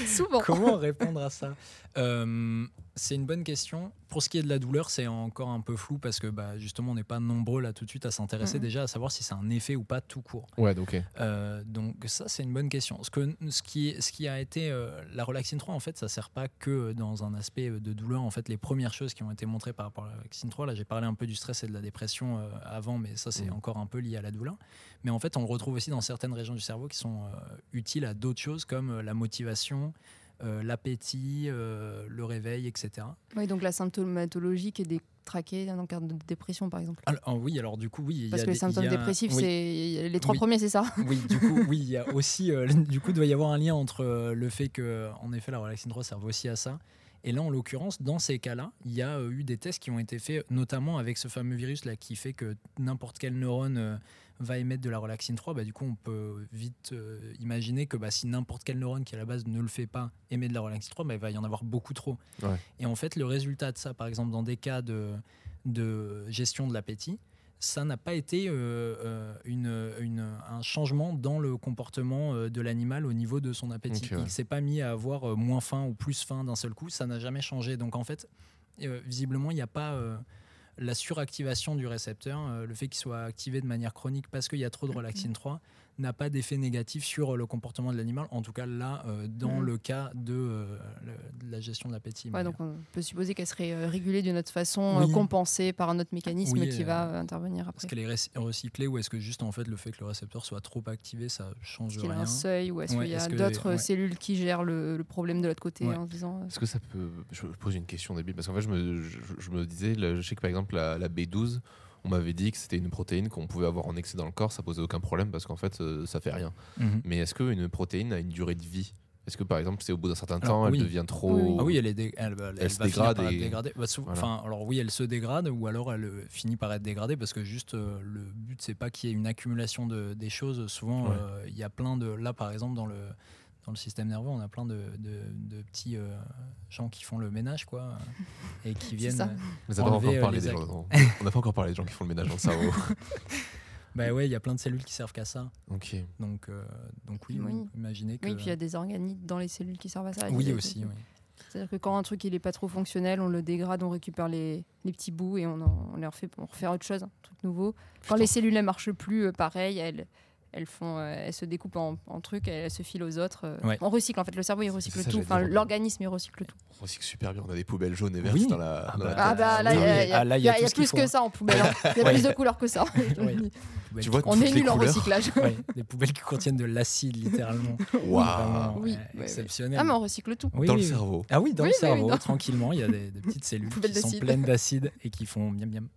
C: Souvent.
A: Comment répondre à ça Euh, C'est une bonne question. Pour ce qui est de la douleur, c'est encore un peu flou parce que bah, justement, on n'est pas nombreux là tout de suite à s'intéresser
C: Mhm.
A: déjà à savoir si c'est un effet ou pas tout court.
B: Ouais, donc.
A: Euh, donc ça, c'est une bonne question. Ce, que, ce, qui, ce qui a été euh, la relaxine 3, en fait, ça sert pas que euh, dans un aspect de douleur. En fait, les premières choses qui ont été montrées par rapport à la relaxine 3, là, j'ai parlé un peu du stress et de la dépression euh, avant, mais ça, c'est
C: Mmh.
B: Mhm.
A: encore un peu lié à la douleur. Mais en fait, on le retrouve aussi dans certaines régions du cerveau qui sont euh, utiles à d'autres choses comme euh, la motivation, euh, l'appétit, euh, le réveil, etc.
C: Oui, donc la symptomatologie qui est hein, des traqués dans le cadre de dépression, par exemple.
A: Alors, ah oui, alors du coup, oui. il y a
C: Parce que
A: des- il
C: les
A: y
C: symptômes
A: a-
C: dépressifs,
A: oui.
C: c'est les trois
A: Oui.
C: premiers, c'est ça
A: Oui, du coup, oui, il y a aussi, euh, du coup, doit y avoir un lien entre euh, le fait que, en effet, la relaxine 3 serve aussi à ça. Et là, en l'occurrence, dans ces cas-là, il y a euh, eu des tests qui ont été faits, notamment avec ce fameux virus-là qui fait que n'importe quel neurone euh, va émettre de la relaxine 3. Bah, du coup, on peut vite euh, imaginer que bah, si n'importe quel neurone qui, à la base, ne le fait pas, émet de la relaxine 3, bah, il va y en avoir beaucoup trop.
B: Ouais.
A: Et en fait, le résultat de ça, par exemple, dans des cas de, de gestion de l'appétit, ça n'a pas été euh, euh, une- une- un changement dans le comportement euh, de l'animal au niveau de son appétit.
B: Ok, ouais.
A: Il s'est pas mis à avoir euh, moins faim ou plus faim d'un seul coup, ça n'a jamais changé. Donc en fait, euh, visiblement, il n'y a pas euh, la suractivation du récepteur, euh, le fait qu'il soit activé de manière chronique parce qu'il y a trop
C: Mm-hmm.
A: de relaxine 3, n'a pas d'effet négatif sur euh, le comportement de l'animal, en tout cas là, euh, dans
C: Mhm.
A: le cas de, euh, le- de la gestion de l'appétit.
C: Ouais,
A: Mais,
C: donc on peut supposer qu'elle serait euh, régulée d'une autre façon, euh,
A: Oui.
C: compensée par un autre mécanisme
A: Oui,
C: qui
A: euh,
C: va euh, intervenir
A: Est-ce
C: après.
A: qu'elle est rec- recyclée ou est-ce que juste en fait le fait que le récepteur soit trop activé ça change
C: Est-ce qu'il y a
A: rien
C: un seuil ou est-ce
A: Ouais,
C: qu'il y a
A: est-ce que-
C: d'autres
A: ouais.
C: cellules qui gèrent le, le problème de l'autre côté
A: Ouais.
C: en se disant euh,
B: Est-ce que ça peut. Je je pose une question débile, parce qu'en fait, je me, je, je me disais, là, je sais que par exemple, la, la B12, on m'avait dit que c'était une protéine qu'on pouvait avoir en excès dans le corps, ça posait aucun problème, parce qu'en fait, euh, ça fait rien.
A: Mhm.
B: Mais est-ce qu'une protéine a une durée de vie Est-ce que par exemple, c'est au bout d'un certain
A: Alors,
B: temps,
A: oui.
B: elle devient trop.
C: Oui, oui.
A: Ah oui, elle, est dé- elle, elle- elle
B: se
A: va finir
B: dégrade
A: par
B: et-
A: être dégradée. Bah, sou-
B: Voilà.
A: enfin, alors oui, elle se dégrade ou alors elle euh, finit par être dégradée parce que juste euh, le but c'est pas qu'il y ait une accumulation de, des choses. Souvent,
B: Ouais.
A: euh, il y a plein de là par exemple dans le dans le système nerveux, on a plein de, de- de petits euh, gens qui font le ménage quoi et qui viennent.
C: ça.
B: Mais ça, on n'a pas
A: Enlever,
B: encore
A: euh,
B: parlé
A: les
B: des
A: ac-
B: gens. On n'a pas encore parlé des gens qui font le ménage dans le cerveau.
A: Bah ouais, il y a plein de cellules qui servent qu'à ça.
B: ok.
A: Donc euh, donc oui,
C: Oui.
A: imaginez que
C: Oui, puis il y a des organites dans les cellules qui servent à ça. et
A: Oui,
C: des-
A: aussi. oui.
C: C'est-à-dire que quand un truc il est pas trop fonctionnel, on le dégrade, on récupère les, les petits bouts et on, en- on les refait, on refait autre chose, un truc nouveau. Quand
B: Putain.
C: les cellules ne marchent plus, euh, pareil, elles, elles, font, euh, elles se découpent en, en trucs, elles, elles se filent aux autres. euh.
A: Ouais.
C: On recycle en fait, le cerveau il recycle
B: ça,
C: tout,
B: j'allais
C: enfin
B: dire.
C: l'organisme il recycle tout.
B: On recycle super bien. On a des poubelles jaunes et vertes
A: Oui.
B: dans la.
A: Ah
B: dans la
A: bah,
C: Ah
B: tête.
C: bah là,
A: oui,
C: il y a- il y a,
A: ah, là,
C: il y a
A: tout ce qu'il
C: plus
A: faut.
C: que ça en poubelle. hein. Il y a plus de couleurs que ça. je te le
A: Ouais.
C: dis.
A: Poubelles
B: Tu
A: qui-
B: vois,
C: On
B: toutes
C: est
B: les
C: nul en
B: couleurs.
C: recyclage.
A: ouais, des poubelles qui contiennent de l'acide littéralement.
B: Waouh.
A: Vraiment,
C: Oui,
A: euh,
C: ouais, ouais.
A: exceptionnel.
C: Ah mais on recycle tout.
A: Oui,
B: Dans
A: oui,
B: le
A: oui.
B: cerveau.
A: Ah oui, dans
C: Oui,
A: le
C: oui,
A: cerveau,
C: dans-
A: tranquillement, il y a des, des petites cellules
C: Poubelle
A: qui sont
C: d'acide.
A: pleines d'acide et qui font miam miam.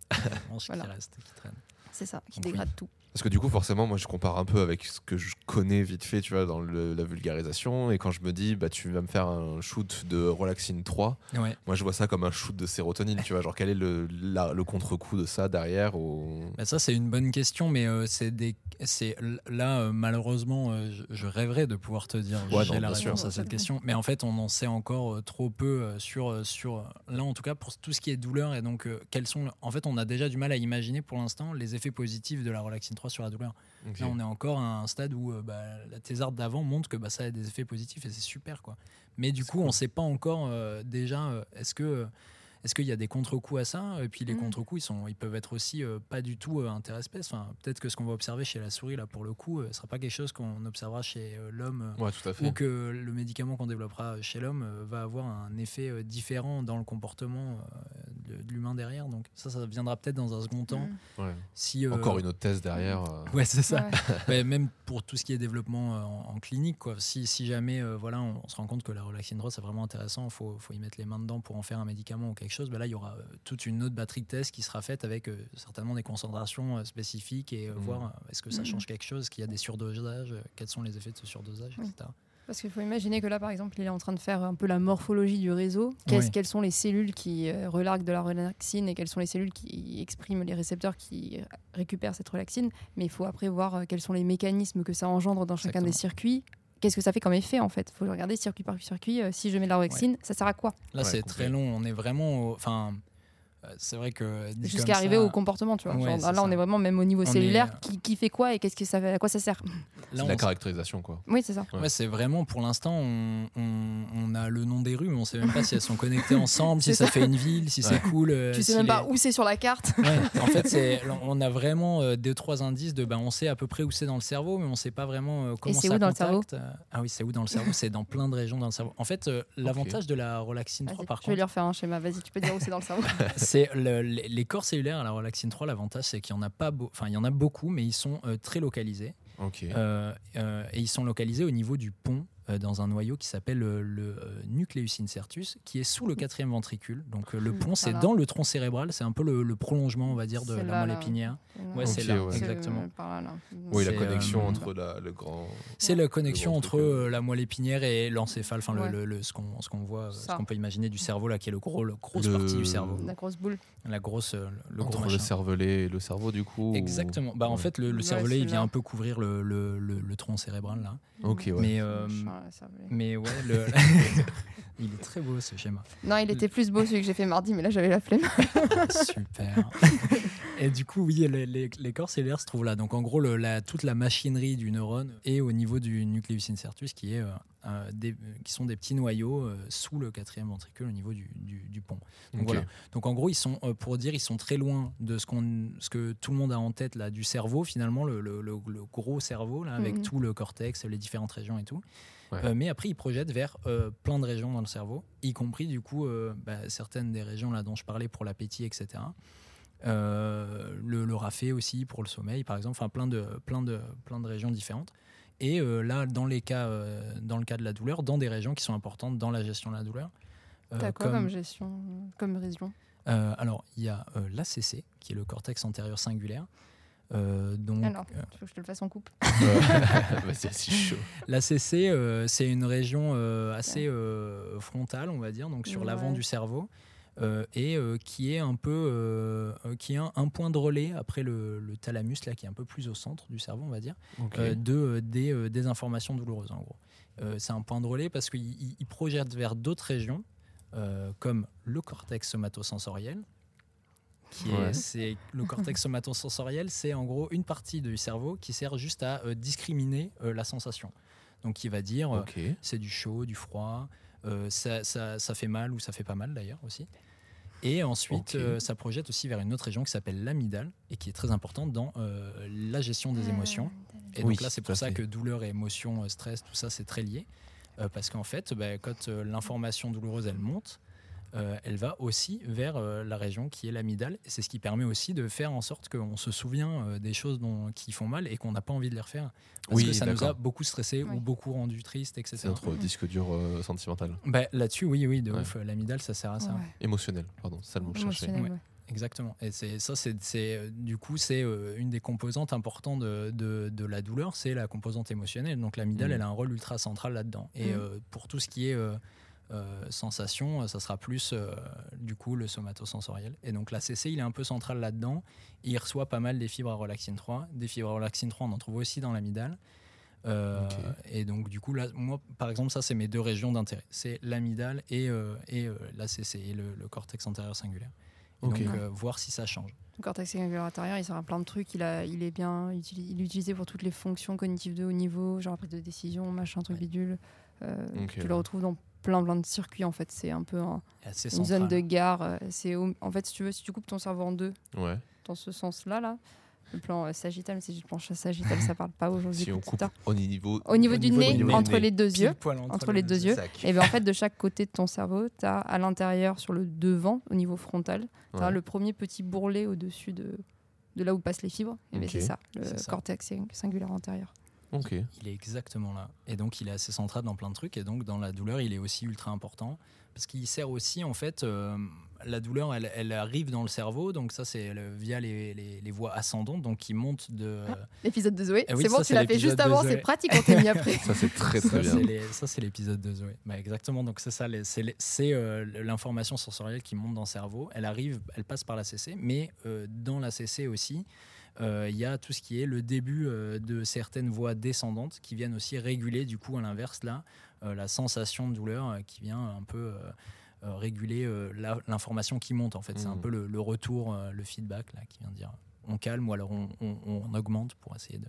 A: Mange
C: Voilà.
A: qui reste, qui traîne.
C: C'est ça, qui
A: Oui.
C: dégrade tout.
B: Parce que du coup, forcément, moi, je compare un peu avec ce que je connais vite fait, tu vois, dans le- la vulgarisation. Et quand je me dis, bah, tu vas me faire un shoot de Relaxine 3,
A: Ouais.
B: moi, je vois ça comme un shoot de sérotonine, tu vois. Genre, quel est le, la- le contre-coup de ça derrière au...
A: Bah ça, c'est une bonne question, mais euh, c'est des, c'est là euh, malheureusement, euh, je, je rêverais de pouvoir te dire
B: Ouais,
A: j'ai
B: non,
A: la
B: bien sûr.
A: réponse à cette question, mais en fait, on en sait encore euh, trop peu euh, sur euh, sur euh, là en tout cas pour tout ce qui est douleur et donc euh, quels sont. En fait, on a déjà du mal à imaginer pour l'instant les effets positifs de la relaxine 3 sur la douleur. Là, on est encore à un stade où euh, bah, la thésarde d'avant montre que bah, ça a des effets positifs et c'est super. quoi. Mais du
B: C'est
A: coup, on
B: cool.
A: ne sait pas encore euh, déjà euh, est-ce que. euh, est-ce qu'il y a des contre-coups à ça Et puis les
C: Mm.
A: contre-coups, ils, sont, ils peuvent être aussi euh, pas du tout euh, interespèces. Enfin, Peut-être que ce qu'on va observer chez la souris, là, pour le coup, euh, ce sera pas quelque chose qu'on observera chez euh, l'homme
B: Ouais, tout à
A: euh,
B: fait.
A: ou que le médicament qu'on développera chez l'homme euh, va avoir un effet euh, différent dans le comportement euh, de- de l'humain derrière. Donc ça, ça viendra peut-être dans un second temps.
C: Mm.
B: Ouais.
A: Si, euh,
B: Encore une autre thèse derrière. euh,
A: Ouais, c'est ça.
C: Ouais.
A: Ouais, même pour tout ce qui est développement euh, en, en clinique, quoi. Si, si jamais euh, voilà, on, on se rend compte que la relaxine droite, c'est vraiment intéressant, il faut, faut y mettre les mains dedans pour en faire un médicament ou quelque chose, bah là, il y aura euh, toute une autre batterie de tests qui sera faite avec euh, certainement des concentrations euh, spécifiques et euh,
B: Mhm.
A: voir euh, est-ce que ça
C: Mhm.
A: change quelque chose, est-ce qu'il y a des surdosages, euh, quels sont les effets de ce surdosage,
C: Oui.
A: etc.
C: Parce qu'il faut imaginer que là, par exemple, il est en train de faire un peu la morphologie du réseau. Qu'est-ce-
A: Oui.
C: Quelles sont les cellules qui euh, relarguent de la relaxine et quelles sont les cellules qui expriment les récepteurs qui euh, récupèrent cette relaxine. Mais il faut après voir euh, quels sont les mécanismes que ça engendre dans chacun des
A: Exactement.
C: circuits. Qu'est-ce que ça fait comme effet en fait faut regarder circuit par circuit. euh, si je mets de la relaxine, ça sert à quoi
A: Là,
B: Ouais,
A: c'est
B: complet.
A: très long. On est vraiment. au- Enfin, euh, c'est vrai que. dit comme
C: Jusqu'à arriver
A: ça,
C: au comportement, tu vois.
A: Ouais,
C: Genre,
A: c'est
C: là, on
A: ça.
C: est vraiment même au niveau
A: On
C: cellulaire.
A: est- euh,
C: Qui, qui fait quoi et qu'est-ce que ça, fait- à quoi ça sert
B: c'est
A: là,
B: de la
A: on-
B: caractérisation, quoi.
C: Oui, c'est ça.
B: Ouais.
A: Ouais, c'est vraiment pour l'instant, on, on- on a le nom des rues, mais on sait même pas si elles sont connectées ensemble, si
C: C'est
A: ça,
C: ça.
A: fait une ville, si c'est cool. euh,
C: tu sais
A: si
C: même
A: les-
C: pas où c'est sur la carte.
A: Ouais, en fait, c'est- on a vraiment euh, deux, trois indices de ben, on sait à peu près où c'est dans le cerveau, mais on sait pas vraiment euh, comment
C: c'est
A: ça
C: où dans le
A: contacte. Euh, Ah oui, c'est où dans le cerveau C'est dans plein de régions dans le cerveau. En fait, euh, l'avantage de la relaxine 3,
C: Vas-y,
A: par
C: je vais
A: contre,
C: lui refaire un schéma. Vas-y, tu peux dire où c'est dans le cerveau.
A: c'est le- les, les corps cellulaires à la relaxine 3, l'avantage, c'est qu'il y en a pas beau- enfin, il y en a beaucoup, mais ils sont euh, très localisés.
B: Ok.
A: Euh, euh, et ils sont localisés au niveau du pont euh, dans un noyau qui s'appelle euh, le euh, nucleus incertus, qui est sous le quatrième ventricule. Donc euh, le
C: Mm,
B: Ah,
A: pont, c'est
C: voilà.
A: dans le tronc cérébral, c'est un peu le, le prolongement, on va dire, de
C: C'est
A: la
C: là,
A: moelle
C: là.
A: épinière. Ouais,
B: Ok,
A: c'est là,
B: ouais.
A: exactement.
C: Par là, là.
B: Oui, la
A: c'est,
B: connexion
A: euh,
B: entre la- le grand.
A: C'est la connexion entre
B: ventricule.
A: euh, la moelle épinière et l'encéphale, enfin le-
C: Ouais.
A: le, le- ce qu'on ce qu'on voit, euh, ce
C: Ça.
A: qu'on peut imaginer du cerveau là, qui est le gros, la grosse
B: Le-
A: partie du cerveau,
C: La grosse boule.
A: la grosse, euh, le gros
B: Entre le
A: machin.
B: cervelet et le cerveau, du coup. ou-
A: Exactement. Bah en
B: Ouais.
A: fait, le, le
C: Ouais,
A: cervelet, il
C: c'est
A: vient
C: là.
A: un peu couvrir le, le- le- le tronc cérébral là.
B: Ok, ouais.
A: Mais euh,
C: Machin, la cervelée.
A: mais ouais, le- il est très beau ce schéma.
C: Non, il était plus beau celui que j'ai fait mardi, mais là j'avais la flemme.
A: Euh, Super. et du coup, oui, les, les- les corps cellulaires se trouvent là. Donc, en gros, le- la- toute la machinerie du neurone est au niveau du nucleus incertus, qui, est, euh, un- des- qui sont des petits noyaux euh, sous le quatrième ventricule au niveau du, du- du pont. Donc,
B: Ok.
A: voilà. Donc, en gros, ils sont, euh, pour dire, ils sont très loin de ce, qu'on ce que tout le monde a en tête là, du cerveau, finalement, le, le- le- le gros cerveau, là, avec
C: Mhm.
A: tout le cortex, les différentes régions et tout.
B: Ouais.
A: Euh, mais après, ils projettent vers euh, plein de régions dans le cerveau, y compris du coup euh, bah, certaines des régions là dont je parlais pour l'appétit, etc. Euh, le, le rafé aussi pour le sommeil, par exemple, enfin plein de, plein, de, plein de régions différentes. Et euh, là, dans, les cas, euh, dans le cas de la douleur, dans des régions qui sont importantes dans la gestion de la douleur. Euh,
C: T'as quoi
A: comme-
C: comme gestion euh, Comme région
A: euh, alors, il y a euh, l'ACC, qui est le cortex antérieur singulaire. Euh, donc,
C: Alors, tu veux que je te le fasse en coupe
B: Vas-y, Bah, c'est chaud.
A: L'ACC, euh, c'est une région euh, assez euh, frontale, on va dire, donc sur
C: Ouais.
A: l'avant du cerveau, euh, et euh, qui est un peu, euh, euh, qui est un, un point de relais après le, le thalamus là, qui est un peu plus au centre du cerveau, on va dire,
B: Ok.
A: euh, de euh, des, euh, des informations douloureuses en gros. Euh, c'est un point de relais parce qu'il il- il projette vers d'autres régions, euh, comme le cortex somatosensoriel. Qui est,
B: Ouais.
A: c'est- le cortex somatosensoriel, c'est en gros une partie du cerveau qui sert juste à euh, discriminer euh, la sensation. Donc il va dire euh,
B: Ok.
A: c'est du chaud, du froid, euh, ça, ça- ça fait mal ou ça fait pas mal d'ailleurs aussi. Et ensuite,
B: Ok.
A: euh, ça projette aussi vers une autre région qui s'appelle l'amygdale et qui est très importante dans euh, la gestion
C: Ah.
A: des émotions.
C: Euh,
A: Et
B: Oui,
A: donc là, c'est
B: tout à
A: pour ça
B: fait.
A: que douleur, et émotion, euh, stress, tout ça, c'est très lié. Euh, parce qu'en fait, bah, quand euh, l'information douloureuse, elle monte, euh, elle va aussi vers euh, la région qui est l'amygdale. Et c'est ce qui permet aussi de faire en sorte qu'on se souvient euh, des choses dont- qui font mal et qu'on n'a pas envie de les refaire. Parce
B: Oui,
A: que ça nous a
B: d'accord.
A: beaucoup stressé
C: Oui.
A: ou beaucoup rendu triste, etc.
B: C'est notre disque dur euh, sentimental.
A: Bah, Là-dessus, oui, oui, de
B: Ouais.
A: ouf, euh, l'amygdale, ça sert à ça.
C: Ouais,
B: Émotionnel, pardon, c'est ça le mot que je cherchais.
A: Ouais.
C: émotionnel, ouais.
A: Exactement. Et c'est ça, c'est c'est, euh, du coup, c'est euh, une des composantes importantes de, de- de la douleur, c'est la composante émotionnelle. Donc l'amygdale,
B: Mm.
A: elle a un rôle ultra central là-dedans. Et
C: Mm.
A: euh, pour tout ce qui est euh, euh, sensation, euh, ça sera plus euh, du coup le somatosensoriel. Et donc l'ACC, il est un peu central là-dedans. Il reçoit pas mal des fibres à relaxine 3. Des fibres à relaxine 3, on en trouve aussi dans l'amygdale. Euh,
B: Ok.
A: Et donc du coup là, moi par exemple ça c'est mes deux régions d'intérêt, c'est l'amygdale et, euh, et euh, l'ACC, et le, le cortex antérieur singulaire. Et
B: Ok.
A: Donc euh, voir si ça change.
C: Le cortex singulaire antérieur, il sert à plein de trucs. Il, a, il est bien utili- il est utilisé pour toutes les fonctions cognitives de haut niveau, genre la prise de décision, machin, truc
A: Ouais.
C: bidule. Euh,
B: Ok,
C: tu
B: ouais.
C: le retrouves dans plein plein de circuits en fait. C'est un peu un-
A: Assez
C: une
A: central.
C: zone de gare. euh, C'est au- en fait si tu veux si tu coupes ton cerveau en deux
B: Ouais.
C: dans ce sens là là, le plan euh, sagittal, mais si j'ai le plan sagittal, ça parle pas aujourd'hui.
B: Si on coupe au niveau,
C: hein. Au niveau du
D: niveau
C: nez,
D: du nez.
C: entre les deux
A: Pile
C: yeux.
A: poil
C: entre les deux
A: yeux.
C: yeux.
B: Sac.
C: Et bien en fait, de chaque côté de ton cerveau, tu as à l'intérieur, sur le devant, au niveau frontal, tu as
B: Ouais.
C: le premier petit bourrelet au-dessus de, de là où passent les fibres. Et bien
B: Ok.
C: c'est ça, le
A: C'est ça.
C: cortex sing- singulaire antérieur.
B: Ok.
A: Il est exactement là. Et donc, il est assez central dans plein de trucs. Et donc, dans la douleur, il est aussi ultra important. Parce qu'il sert aussi, en fait, euh, la douleur, elle, elle arrive dans le cerveau. Donc, ça, c'est le- via les, les- les voies ascendantes, donc qui montent de.
C: L'épisode de Zoé,
A: Ah oui,
C: c'est bon,
A: ça,
C: tu
A: c'est
C: l'as fait
A: l'épisode
C: juste
A: de
C: avant,
A: Zoé.
C: c'est pratique, on t'est mis après.
B: Ça, c'est très
A: Ça,
B: très bien.
A: c'est les- ça, c'est l'épisode de Zoé. Bah, exactement. Donc, c'est ça. les- C'est les- c'est, euh, l'information sensorielle qui monte dans le cerveau. Elle arrive, elle passe par la CC, mais euh, dans la CC aussi, euh, il y a tout ce qui est le début euh, de certaines voies descendantes qui viennent aussi réguler, du coup, à l'inverse, là, euh, la sensation de douleur euh, qui vient un peu. euh, euh, réguler euh, la- l'information qui monte en fait c'est un
B: Mhm.
A: peu le, le retour euh, le feedback là qui vient dire on calme ou alors on, on- on augmente pour essayer de,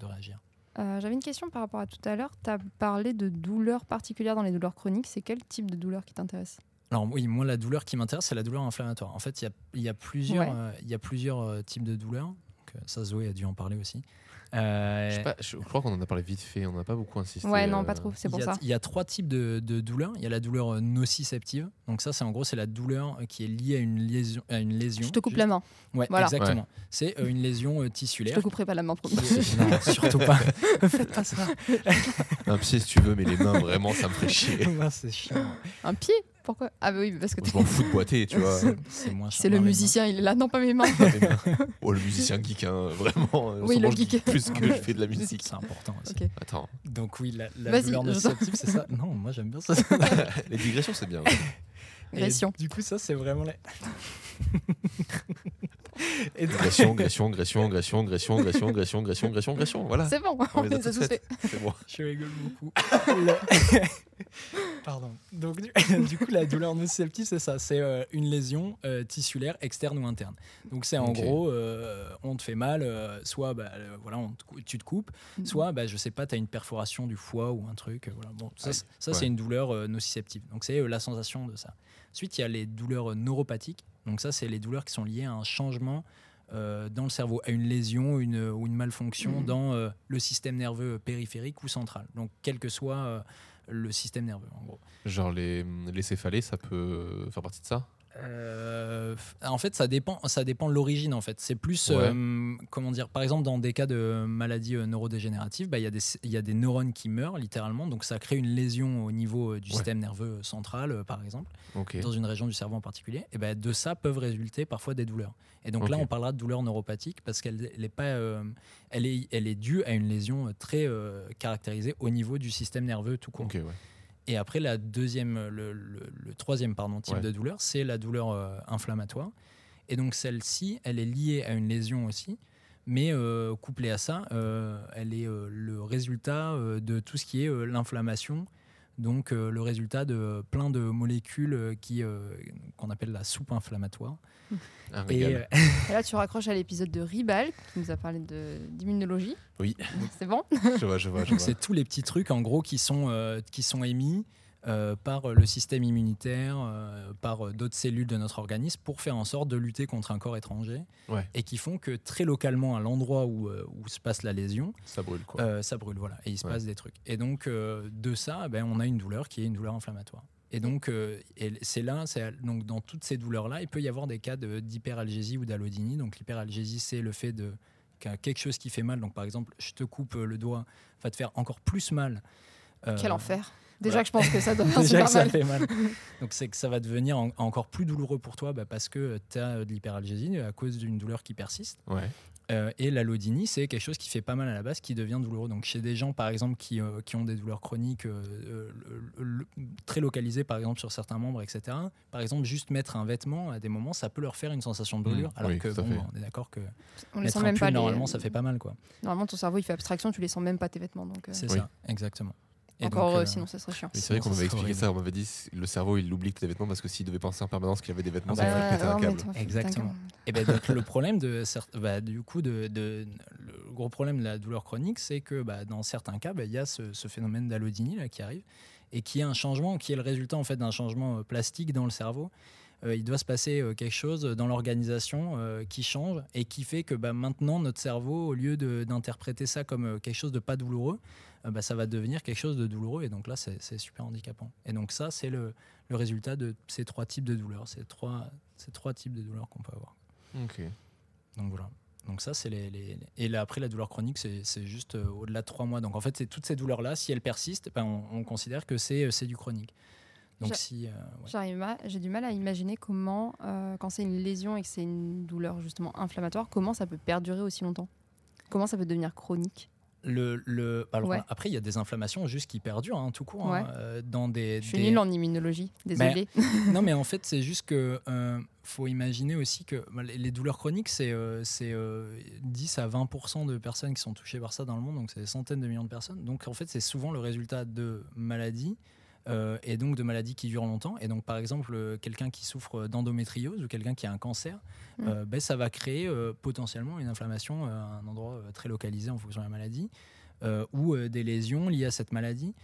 A: de réagir
C: Euh, J'avais une question par rapport à tout à l'heure. Tu as parlé de douleurs particulières dans les douleurs chroniques. C'est quel type de douleur qui t'intéresse
A: Alors oui, moi la douleur qui m'intéresse, c'est la douleur inflammatoire. En fait, il y a, il y a plusieurs,
C: Ouais.
A: euh, il y a plusieurs euh, types de douleurs. Donc, euh, ça, Zoé a dû en parler aussi. Euh,
B: Je, sais pas, je crois qu'on en a parlé vite fait, on n'a pas beaucoup insisté.
C: Ouais, non,
B: euh,
C: pas trop, c'est
A: il
C: pour
A: y a-
C: ça.
A: Il y a trois types de, de douleurs. Il y a la douleur euh, nociceptive. Donc ça, c'est en gros, c'est la douleur euh, qui est liée à une lésion. À une lésion
C: Je te coupe la main.
A: Ouais,
C: Voilà.
A: exactement. C'est euh, une lésion euh,
C: Je
A: tissulaire.
C: te couperai pas la main, promis.
A: Qui est- non, surtout pas. Faites pas ça.
B: Un pied si tu veux, mais les mains, vraiment, ça me ferait chier.
A: Mince, c'est chiant.
C: Un pied Pourquoi Ah, bah oui, parce que
B: Je
C: t'es-
B: m'en fous de boiter, tu vois.
A: C'est moins chiant
C: c'est
A: dans
C: le
A: les mains.
C: musicien, il est là. Non, pas mes mains.
B: Oh, le musicien geek, hein, vraiment. euh,
C: Oui,
B: sûrement,
C: le
B: je geek
C: geek.
B: Plus que je fais de la musique.
A: C'est important aussi.
C: Ok.
B: Attends,
A: Donc oui, la, la
C: Vas-y,
A: douleur
C: je-
A: nociceptive, c'est ça. Non, moi j'aime bien ça.
B: les digressions, c'est bien.
A: Et
C: Régression.
A: Du coup, ça, c'est vraiment la. Et donc-
B: Gression, gression, gression, gression, gression, gression, gression, gression, gression, gression.
A: ah.
B: Voilà.
C: C'est bon,
B: On
C: on
B: les
A: bah,
B: a
C: les a
B: toutes
C: tous
B: faites.
C: fait.
B: C'est bon.
A: Je rigole beaucoup. Le- Pardon. Donc, du, du coup, la douleur nociceptive, c'est ça. C'est euh, une lésion euh, tissulaire externe ou interne. Donc, c'est en
B: Ok.
A: gros, euh, on te fait mal, euh, soit bah, euh, voilà, on te cou- tu te coupes,
C: Mhm.
A: soit bah, je sais pas, tu as une perforation du foie ou un truc. euh, voilà. bon, ça,
B: Aïe.
A: c'est- ça,
B: Ouais.
A: c'est une douleur euh, nociceptive. Donc, c'est euh, la sensation de ça. Ensuite, il y a les douleurs euh, neuropathiques. Donc, ça, c'est les douleurs qui sont liées à un changement. euh, dans le cerveau, à une lésion une, ou une malfonction
B: Mmh.
C: Mhm.
A: dans euh, le système nerveux périphérique ou central. Donc, quel que soit euh, le système nerveux, en gros.
B: Genre, les, les céphalées, ça peut faire partie de ça
A: Euh, en fait, ça dépend, ça dépend de l'origine. En fait, c'est plus
B: Ouais.
A: euh, comment dire. Par exemple, dans des cas de maladies euh, neurodégénératives, bah, il y a des il y a des neurones qui meurent littéralement, donc ça crée une lésion au niveau euh, du
B: Ouais.
A: système nerveux euh, central, euh, par exemple,
B: Ok.
A: dans une région du cerveau en particulier. Et ben de ça peuvent résulter parfois des douleurs. Et donc là,
B: Ok.
A: on parlera de douleur neuropathique parce qu'elle elle est pas, euh, elle est elle est due à une lésion euh, très euh, caractérisée au niveau du système nerveux tout court.
B: Ok, ouais.
A: Et après, la deuxième, le, le- le troisième pardon, type
B: Ouais.
A: de douleur, c'est la douleur euh, inflammatoire. Et donc celle-ci, elle est liée à une lésion aussi, mais euh, couplée à ça, euh, elle est euh, le résultat euh, de tout ce qui est euh, l'inflammation. Donc euh, le résultat de plein de molécules euh, qui euh, qu'on appelle la soupe inflammatoire.
B: Un
A: Et,
B: régal.
A: euh,
C: Et là, tu raccroches à l'épisode de Ribal, qui nous a parlé de- d'immunologie.
B: Oui.
C: C'est bon
A: Euh,
B: Je vois, je vois, je
A: Donc,
B: vois.
A: c'est tous les petits trucs en gros qui sont, euh, qui sont émis euh, par le système immunitaire, euh, par euh, d'autres cellules de notre organisme pour faire en sorte de lutter contre un corps étranger
B: Ouais.
A: et qui font que très localement à l'endroit où, euh, où se passe la lésion,
B: Ça brûle, quoi.
A: euh, ça brûle voilà, et il se
B: Ouais.
A: passe des trucs. Et donc euh, de ça, ben, on a une douleur qui est une douleur inflammatoire. Et donc euh, et c'est là, c'est- donc dans toutes ces douleurs-là, il peut y avoir des cas de- d'hyperalgésie ou d'allodynie. Donc l'hyperalgésie, c'est le fait de qu'un- quelque chose qui fait mal. Donc par exemple, je te coupe euh, le doigt, va te faire encore plus mal. Euh,
C: Quel enfer.
A: voilà.
C: Déjà que je pense que ça doit faire
A: Déjà
C: super
A: que ça
C: mal.
A: fait mal. Donc c'est que ça va devenir en- encore plus douloureux pour toi bah, parce que tu as de l'hyperalgésie à cause d'une douleur qui persiste.
B: Ouais.
A: Euh, et l'allodynie, c'est quelque chose qui fait pas mal à la base, qui devient douloureux. Donc chez des gens, par exemple, qui, euh, qui ont des douleurs chroniques euh, euh, le- le- le- très localisées, par exemple, sur certains membres, etc., par exemple, juste mettre un vêtement à des moments, ça peut leur faire une sensation de
B: Mmh,
A: douleur, alors
B: oui,
A: que
B: tout à
A: bon,
B: fait.
A: bah, on est d'accord que
C: On les
A: mettre
C: sent
A: un
C: même
A: pull,
C: pas. les-
A: normalement, ça fait pas mal, quoi.
C: Normalement, ton cerveau, il fait abstraction, tu les sens même pas tes vêtements. Donc, euh,
A: C'est
B: Oui.
A: ça, exactement. Et
C: encore,
A: donc,
C: euh,
A: euh,
C: sinon, ça serait chiant.
B: Mais c'est vrai qu'on
A: Sinon, ça
B: m'avait
A: serait
B: expliqué
A: horrible.
B: ça, on m'avait dit le cerveau il oublie que t'as des vêtements parce que s'il devait penser en permanence qu'il avait des vêtements,
A: Ah
B: ça
A: bah,
B: lui ferait péter
C: non,
B: un
C: mais
B: câble.
C: toi, putain,
A: Exactement. Et ben donc le problème de cer- bah, du coup de, de- le gros problème de la douleur chronique, c'est que bah, dans certains cas, bah, il y a ce, ce phénomène d'allodynie là qui arrive et qui est un changement, qui est le résultat en fait d'un changement euh, plastique dans le cerveau. euh, il doit se passer euh, quelque chose dans l'organisation euh, qui change et qui fait que bah, maintenant notre cerveau, au lieu de- d'interpréter ça comme euh, quelque chose de pas douloureux, euh, bah, ça va devenir quelque chose de douloureux. Et donc là, c'est c'est super handicapant. Et donc ça, c'est le, le résultat de ces trois types de douleurs, ces trois, ces trois types de douleurs qu'on peut avoir.
B: Ok.
A: Donc voilà. Donc ça, c'est les, les- les- Et là, après, la douleur chronique, c'est c'est juste euh, au-delà de trois mois. Donc en fait, c'est toutes ces douleurs-là, si elles persistent, ben, on, on considère que c'est euh, c'est du chronique. Donc
C: J'a-
A: si... euh, ouais.
C: J'arrive pas- J'ai du mal à imaginer comment, euh, quand c'est une lésion et que c'est une douleur justement inflammatoire, comment ça peut perdurer aussi longtemps Comment ça peut devenir chronique
A: le, le... alors,
C: Ouais.
A: Après, il y a des inflammations juste qui perdurent, hein, tout court. hein,
C: Ouais.
A: euh, dans des,
C: Je suis
A: des-
C: nulle en immunologie, désolée.
A: non, mais en fait, c'est juste que euh, faut imaginer aussi que bah, les les douleurs chroniques, c'est euh, c'est, euh, 10 à 20 de personnes qui sont touchées par ça dans le monde, donc c'est des centaines de millions de personnes. Donc en fait, c'est souvent le résultat de maladies. euh, et donc de maladies qui durent longtemps. Et donc par exemple, euh, quelqu'un qui souffre d'endométriose ou quelqu'un qui a un cancer,
C: Mm.
A: euh, ben, ça va créer euh, potentiellement une inflammation euh, à un endroit euh, très localisé en fonction de la maladie, euh, ou euh, des lésions liées à cette maladie.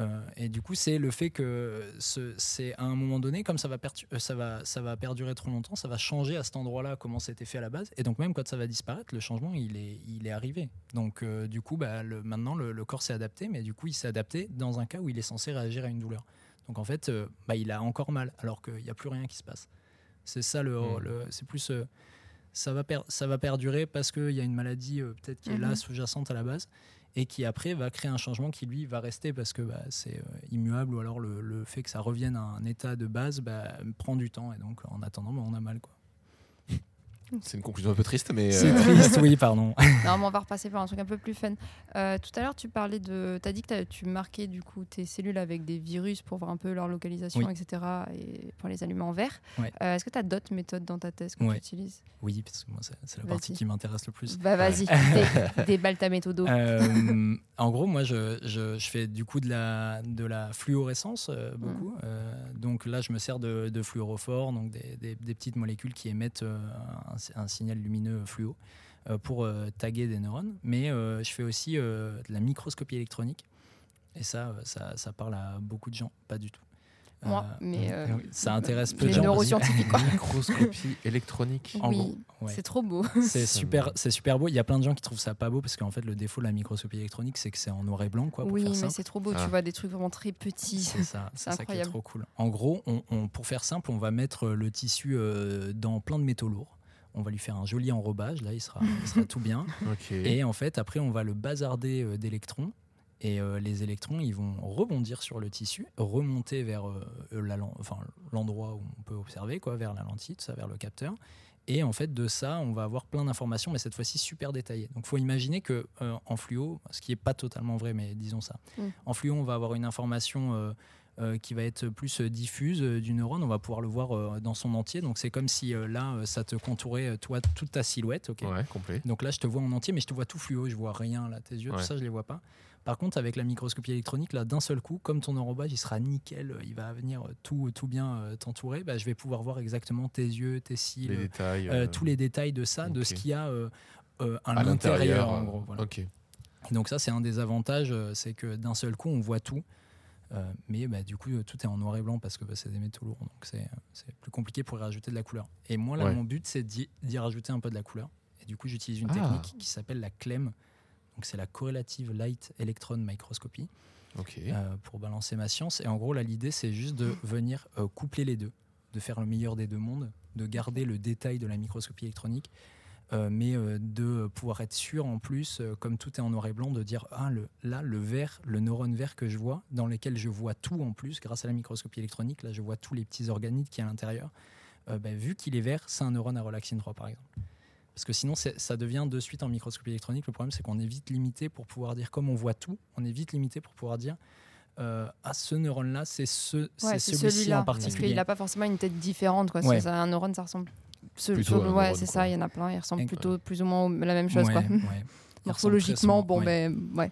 A: Euh, et du coup, c'est le fait que ce- c'est à un moment donné, comme ça va, pertu- euh, ça, va, ça va perdurer trop longtemps, ça va changer à cet endroit-là comment c'était fait à la base. Et donc, même quand ça va disparaître, le changement, il est, il est arrivé. Donc, euh, du coup, bah, le- maintenant, le, le corps s'est adapté, mais du coup, il s'est adapté dans un cas où il est censé réagir à une douleur. Donc, en fait, euh, bah, il a encore mal, alors qu'il n'y a plus rien qui se passe. C'est ça le.
B: Mhm.
A: le- c'est plus. euh, ça va, per- ça va perdurer parce qu'il y a une maladie euh, peut-être qui est là,
C: Mhm.
A: sous-jacente à la base et qui après va créer un changement qui lui va rester parce que bah, c'est euh, immuable ou alors le, le fait que ça revienne à un état de base bah, prend du temps et donc en attendant bah, on a mal quoi.
B: C'est une conclusion un peu triste, mais.
A: C'est
B: euh,
A: triste, oui pardon.
C: Non, mais on va repasser par un truc un peu plus fun. Euh, tout à l'heure, tu parlais de. Tu as dit que t'as- tu marquais du coup tes cellules avec des virus pour voir un peu leur localisation,
A: Oui.
C: etc. et pour les allumer en vert.
A: Ouais.
C: Euh, Est-ce que tu as d'autres méthodes dans ta thèse que
A: Ouais.
C: tu utilises
A: Oui parce que moi c'est c'est la
C: Vas-y.
A: partie qui m'intéresse le plus.
C: Bah vas-y, dé- déballe ta méthode.
A: Euh, en gros, moi, je, je- je fais du coup de la, de la fluorescence euh, beaucoup.
C: Mm.
A: Euh, donc là, je me sers de, de fluorophores, donc des, des- des petites molécules qui émettent euh, un, un signal lumineux fluo euh, pour euh, taguer des neurones. Mais euh, je fais aussi euh, de la microscopie électronique. Et ça, euh, ça, ça parle à beaucoup de gens, pas du tout.
C: Moi, mais,
A: euh,
C: euh,
A: ça intéresse peu
C: les
A: de gens.
C: neuroscientifiques, quoi.
B: Microscopie électronique.
A: En
C: oui,
A: gros, ouais.
C: c'est trop beau.
A: C'est
B: Ça
A: super,
B: me-
A: c'est super beau. Il y a plein de gens qui trouvent ça pas beau parce qu'en fait, le défaut de la microscopie électronique, c'est que c'est en noir et blanc, quoi, pour
C: oui,
A: faire ça.
C: mais c'est trop beau.
B: Ah.
C: Tu vois des trucs vraiment très petits.
A: C'est ça, c'est ça qui est
C: incroyable.
A: trop cool. En gros, on- on- pour faire simple, on va mettre le tissu euh, dans plein de métaux lourds. On va lui faire un joli enrobage, là il sera, il sera tout bien.
B: Ok.
A: Et en fait, après, on va le bazarder euh, d'électrons. Et euh, les électrons, ils vont rebondir sur le tissu, remonter vers euh, la lan- enfin, l'endroit où on peut observer, quoi, vers la lentille, tout ça, vers le capteur. Et en fait, de ça, on va avoir plein d'informations, mais cette fois-ci super détaillées. Donc, faut imaginer que euh, en fluo, ce qui n'est pas totalement vrai, mais disons ça.
C: Mm.
A: En fluo, on va avoir une information euh, euh, qui va être plus euh, diffuse euh, du neurone. On va pouvoir le voir euh, dans son entier. Donc, c'est comme si euh, là, euh, ça te contourait euh, toi toute ta silhouette, ok.
B: Ouais, complet.
A: Donc là, je te vois en entier, mais je te vois tout fluo, je vois rien là, tes yeux,
B: Ouais.
A: tout ça, je les vois pas. Par contre, avec la microscopie électronique, là, d'un seul coup, comme ton enrobage, il sera nickel, euh, il va venir euh, tout, tout bien euh, t'entourer, bah, je vais pouvoir voir exactement tes yeux, tes cils,
B: Les
A: euh,
B: détails.
A: euh,
B: euh,
A: tous les détails de ça, de
B: ok.
A: ce qu'il y a euh, euh, à,
B: à
A: l'intérieur,
B: l'intérieur.
A: en
B: euh,
A: gros. voilà.
B: Ok.
A: Et Donc ça, c'est un des avantages, euh, c'est que d'un seul coup, on voit tout. Euh, mais bah, du coup, euh, tout est en noir et blanc parce que bah, c'est des métaux lourds, donc c'est euh, c'est plus compliqué pour y rajouter de la couleur. Et moi, là,
B: Ouais.
A: mon but, c'est d'y d'y rajouter un peu de la couleur. Et du coup, j'utilise une
B: Ah.
A: technique qui s'appelle la CLEM. Donc c'est la Correlative Light Electron Microscopy
B: Ok.
A: euh, pour balancer ma science. Et en gros, là, l'idée, c'est juste de venir euh, coupler les deux, de faire le meilleur des deux mondes, de garder le détail de la microscopie électronique, euh, mais euh, de pouvoir être sûr en plus, euh, comme tout est en noir et blanc, de dire ah le, là le vert, le neurone vert que je vois, dans lequel je vois tout en plus grâce à la microscopie électronique, là je vois tous les petits organites qui à l'intérieur. Euh, bah, vu qu'il est vert, c'est un neurone à relaxine 3 par exemple. Parce que sinon, c'est- ça devient de suite en microscopie électronique. Le problème, c'est qu'on est vite limité pour pouvoir dire, comme on voit tout, on est vite limité pour pouvoir dire, euh, ah, ce neurone-là, c'est ce, c'est
C: c'est
A: celui-ci
C: celui-là,
A: en
C: Parce qu'il
A: particulier.
C: n'a pas forcément une tête différente. Quoi.
A: Ouais.
C: Ça, un neurone, ça ressemble. ce-
B: Plutôt
C: ce-
B: un
C: ouais,
B: neurone,
C: c'est
B: quoi.
C: ça, il y en a plein. Ils ressemblent
A: Et-
C: plutôt plus ou moins la même chose.
A: Ouais,
C: quoi.
A: ouais. Il ressemble très
C: Morphologiquement,
A: souvent-
C: bon,
A: ouais.
C: ben, ouais.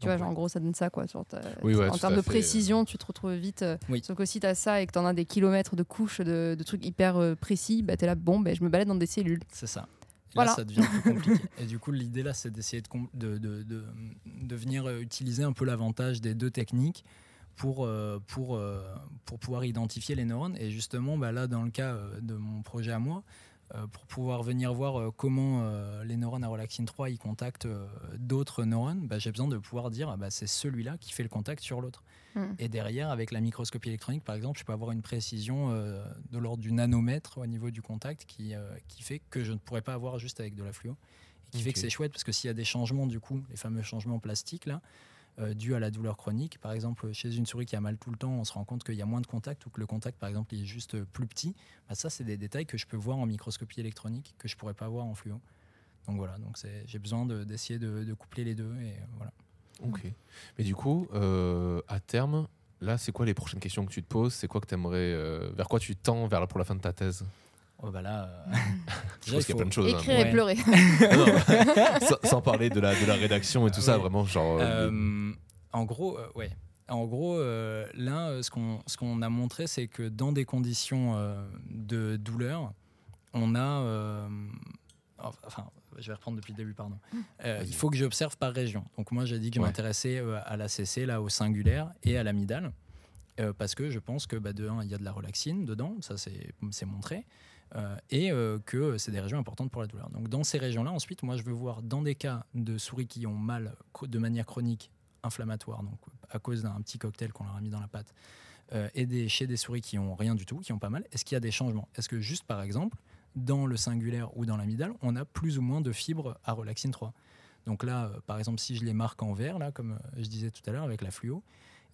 C: Tu vois,
A: Donc,
C: genre, en
A: ouais.
C: gros, ça donne ça, quoi. Genre, t'as-
B: Oui, ouais,
C: en
B: tout
C: termes
B: à
C: de
B: fait.
C: précision, tu te retrouves vite. euh,
A: Oui.
C: Sauf que si t'as ça et que t'en as des kilomètres de couches de, de trucs hyper euh, précis, bah t'es là, bon, bah, je me balade dans des cellules.
A: C'est ça. Et
C: Voilà.
A: Là, ça devient plus compliqué. Et du coup, l'idée là, c'est d'essayer de, com- de, de, de, de venir euh, utiliser un peu l'avantage des deux techniques pour, euh, pour, euh, pour pouvoir identifier les neurones. Et justement, bah, là, dans le cas euh, de mon projet à moi, euh, pour pouvoir venir voir euh, comment euh, les neurones à relaxine 3 ils contactent euh, d'autres neurones, bah, j'ai besoin de pouvoir dire ah, bah, c'est celui-là qui fait le contact sur l'autre.
C: Mm.
A: Et derrière, avec la microscopie électronique, par exemple, je peux avoir une précision euh, de l'ordre du nanomètre au niveau du contact qui, euh, qui fait que je ne pourrais pas avoir juste avec de la fluo. Et qui fait
B: Ok.
A: que c'est chouette parce que s'il y a des changements, du coup, les fameux changements plastiques, là, euh, dus à la douleur chronique. Par exemple, euh, chez une souris qui a mal tout le temps, on se rend compte qu'il y a moins de contact ou que le contact, par exemple, il est juste euh, plus petit. Bah, ça, c'est des détails que je peux voir en microscopie électronique que je pourrais pas voir en fluo. Donc voilà, donc c'est- j'ai besoin de- d'essayer de, de coupler les deux. Et euh, voilà.
B: Ok. Mais du coup, euh, à terme, là, c'est quoi les prochaines questions que tu te poses C'est quoi que tu aimerais Vers quoi tu tends vers, pour la fin de ta thèse
A: Oh, bah là, euh,
B: Je
A: déjà, il
B: pense qu'il y a
A: faut-
B: plein de choses. hein.
C: Écrire
A: Ouais.
C: et pleurer.
B: Non, non. sans, sans parler de la, de la rédaction et tout
A: Ah
B: ça,
A: ouais.
B: vraiment, genre. euh,
A: Euh,
B: le-
A: en gros, euh, ouais. En gros, euh, là, euh, ce qu'on ce qu'on a montré, c'est que dans des conditions euh, de douleur, on a. euh, enfin, je vais reprendre depuis le début, pardon. Euh,
B: Vas-y.
A: il faut que j'observe par région. Donc moi, j'ai dit que je
B: Ouais.
A: m'intéressais euh, à l'ACC, là, au singulaire et à l'amidale, euh, parce que je pense que bah, de un, il y a de la relaxine dedans, ça c'est c'est montré, euh, et euh, que c'est des régions importantes pour la douleur. Donc dans ces régions-là, ensuite, moi, je veux voir dans des cas de souris qui ont mal co- de manière chronique inflammatoire, donc à cause d'un petit cocktail qu'on leur a mis dans la pâte, euh, et des, chez des souris qui ont rien du tout, qui ont pas mal, est-ce qu'il y a des changements Est-ce que juste par exemple, dans le singulaire ou dans l'amidale, on a plus ou moins de fibres à relaxine 3 Donc là, euh, par exemple, si je les marque en vert, là, comme euh, je disais tout à l'heure avec la fluo,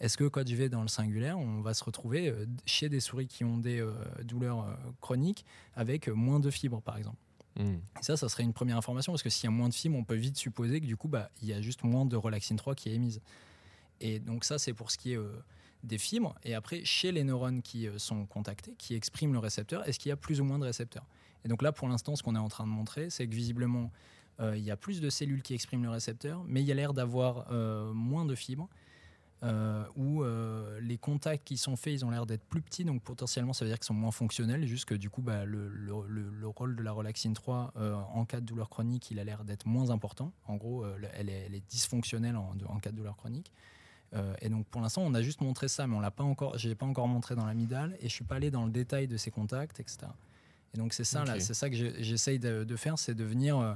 A: est-ce que quand je vais dans le singulaire, on va se retrouver euh, chez des souris qui ont des euh, douleurs euh, chroniques avec euh, moins de fibres, par exemple
B: hmm.
A: et ça, ça serait une première information, parce que s'il y a moins de films, on peut vite supposer que du coup, bah, il y a juste moins de relaxine 3 qui est émise. Et donc ça, c'est pour ce qui est euh, des fibres. Et après, chez les neurones qui euh, sont contactés, qui expriment le récepteur, est-ce qu'il y a plus ou moins de récepteurs Et donc là, pour l'instant, ce qu'on est en train de montrer, c'est que visiblement, euh, il y a plus de cellules qui expriment le récepteur, mais il y a l'air d'avoir euh, moins de fibres. euh, où euh, les contacts qui sont faits, ils ont l'air d'être plus petits, donc potentiellement ça veut dire qu'ils sont moins fonctionnels, juste que du coup bah, le, le- le- le rôle de la relaxine 3 euh, en cas de douleur chronique, il a l'air d'être moins important. En gros, euh, le- elle, est, elle est dysfonctionnelle en, de- en cas de douleur chronique. Euh, et donc pour l'instant, on a juste montré ça, mais on l'a pas encore, j'ai pas encore montré dans l'amidale, et je suis pas allé dans le détail de ces contacts, etc. Et donc c'est ça là,
B: Ok.
A: c'est ça que je- j'essaye de, de faire, c'est de venir euh,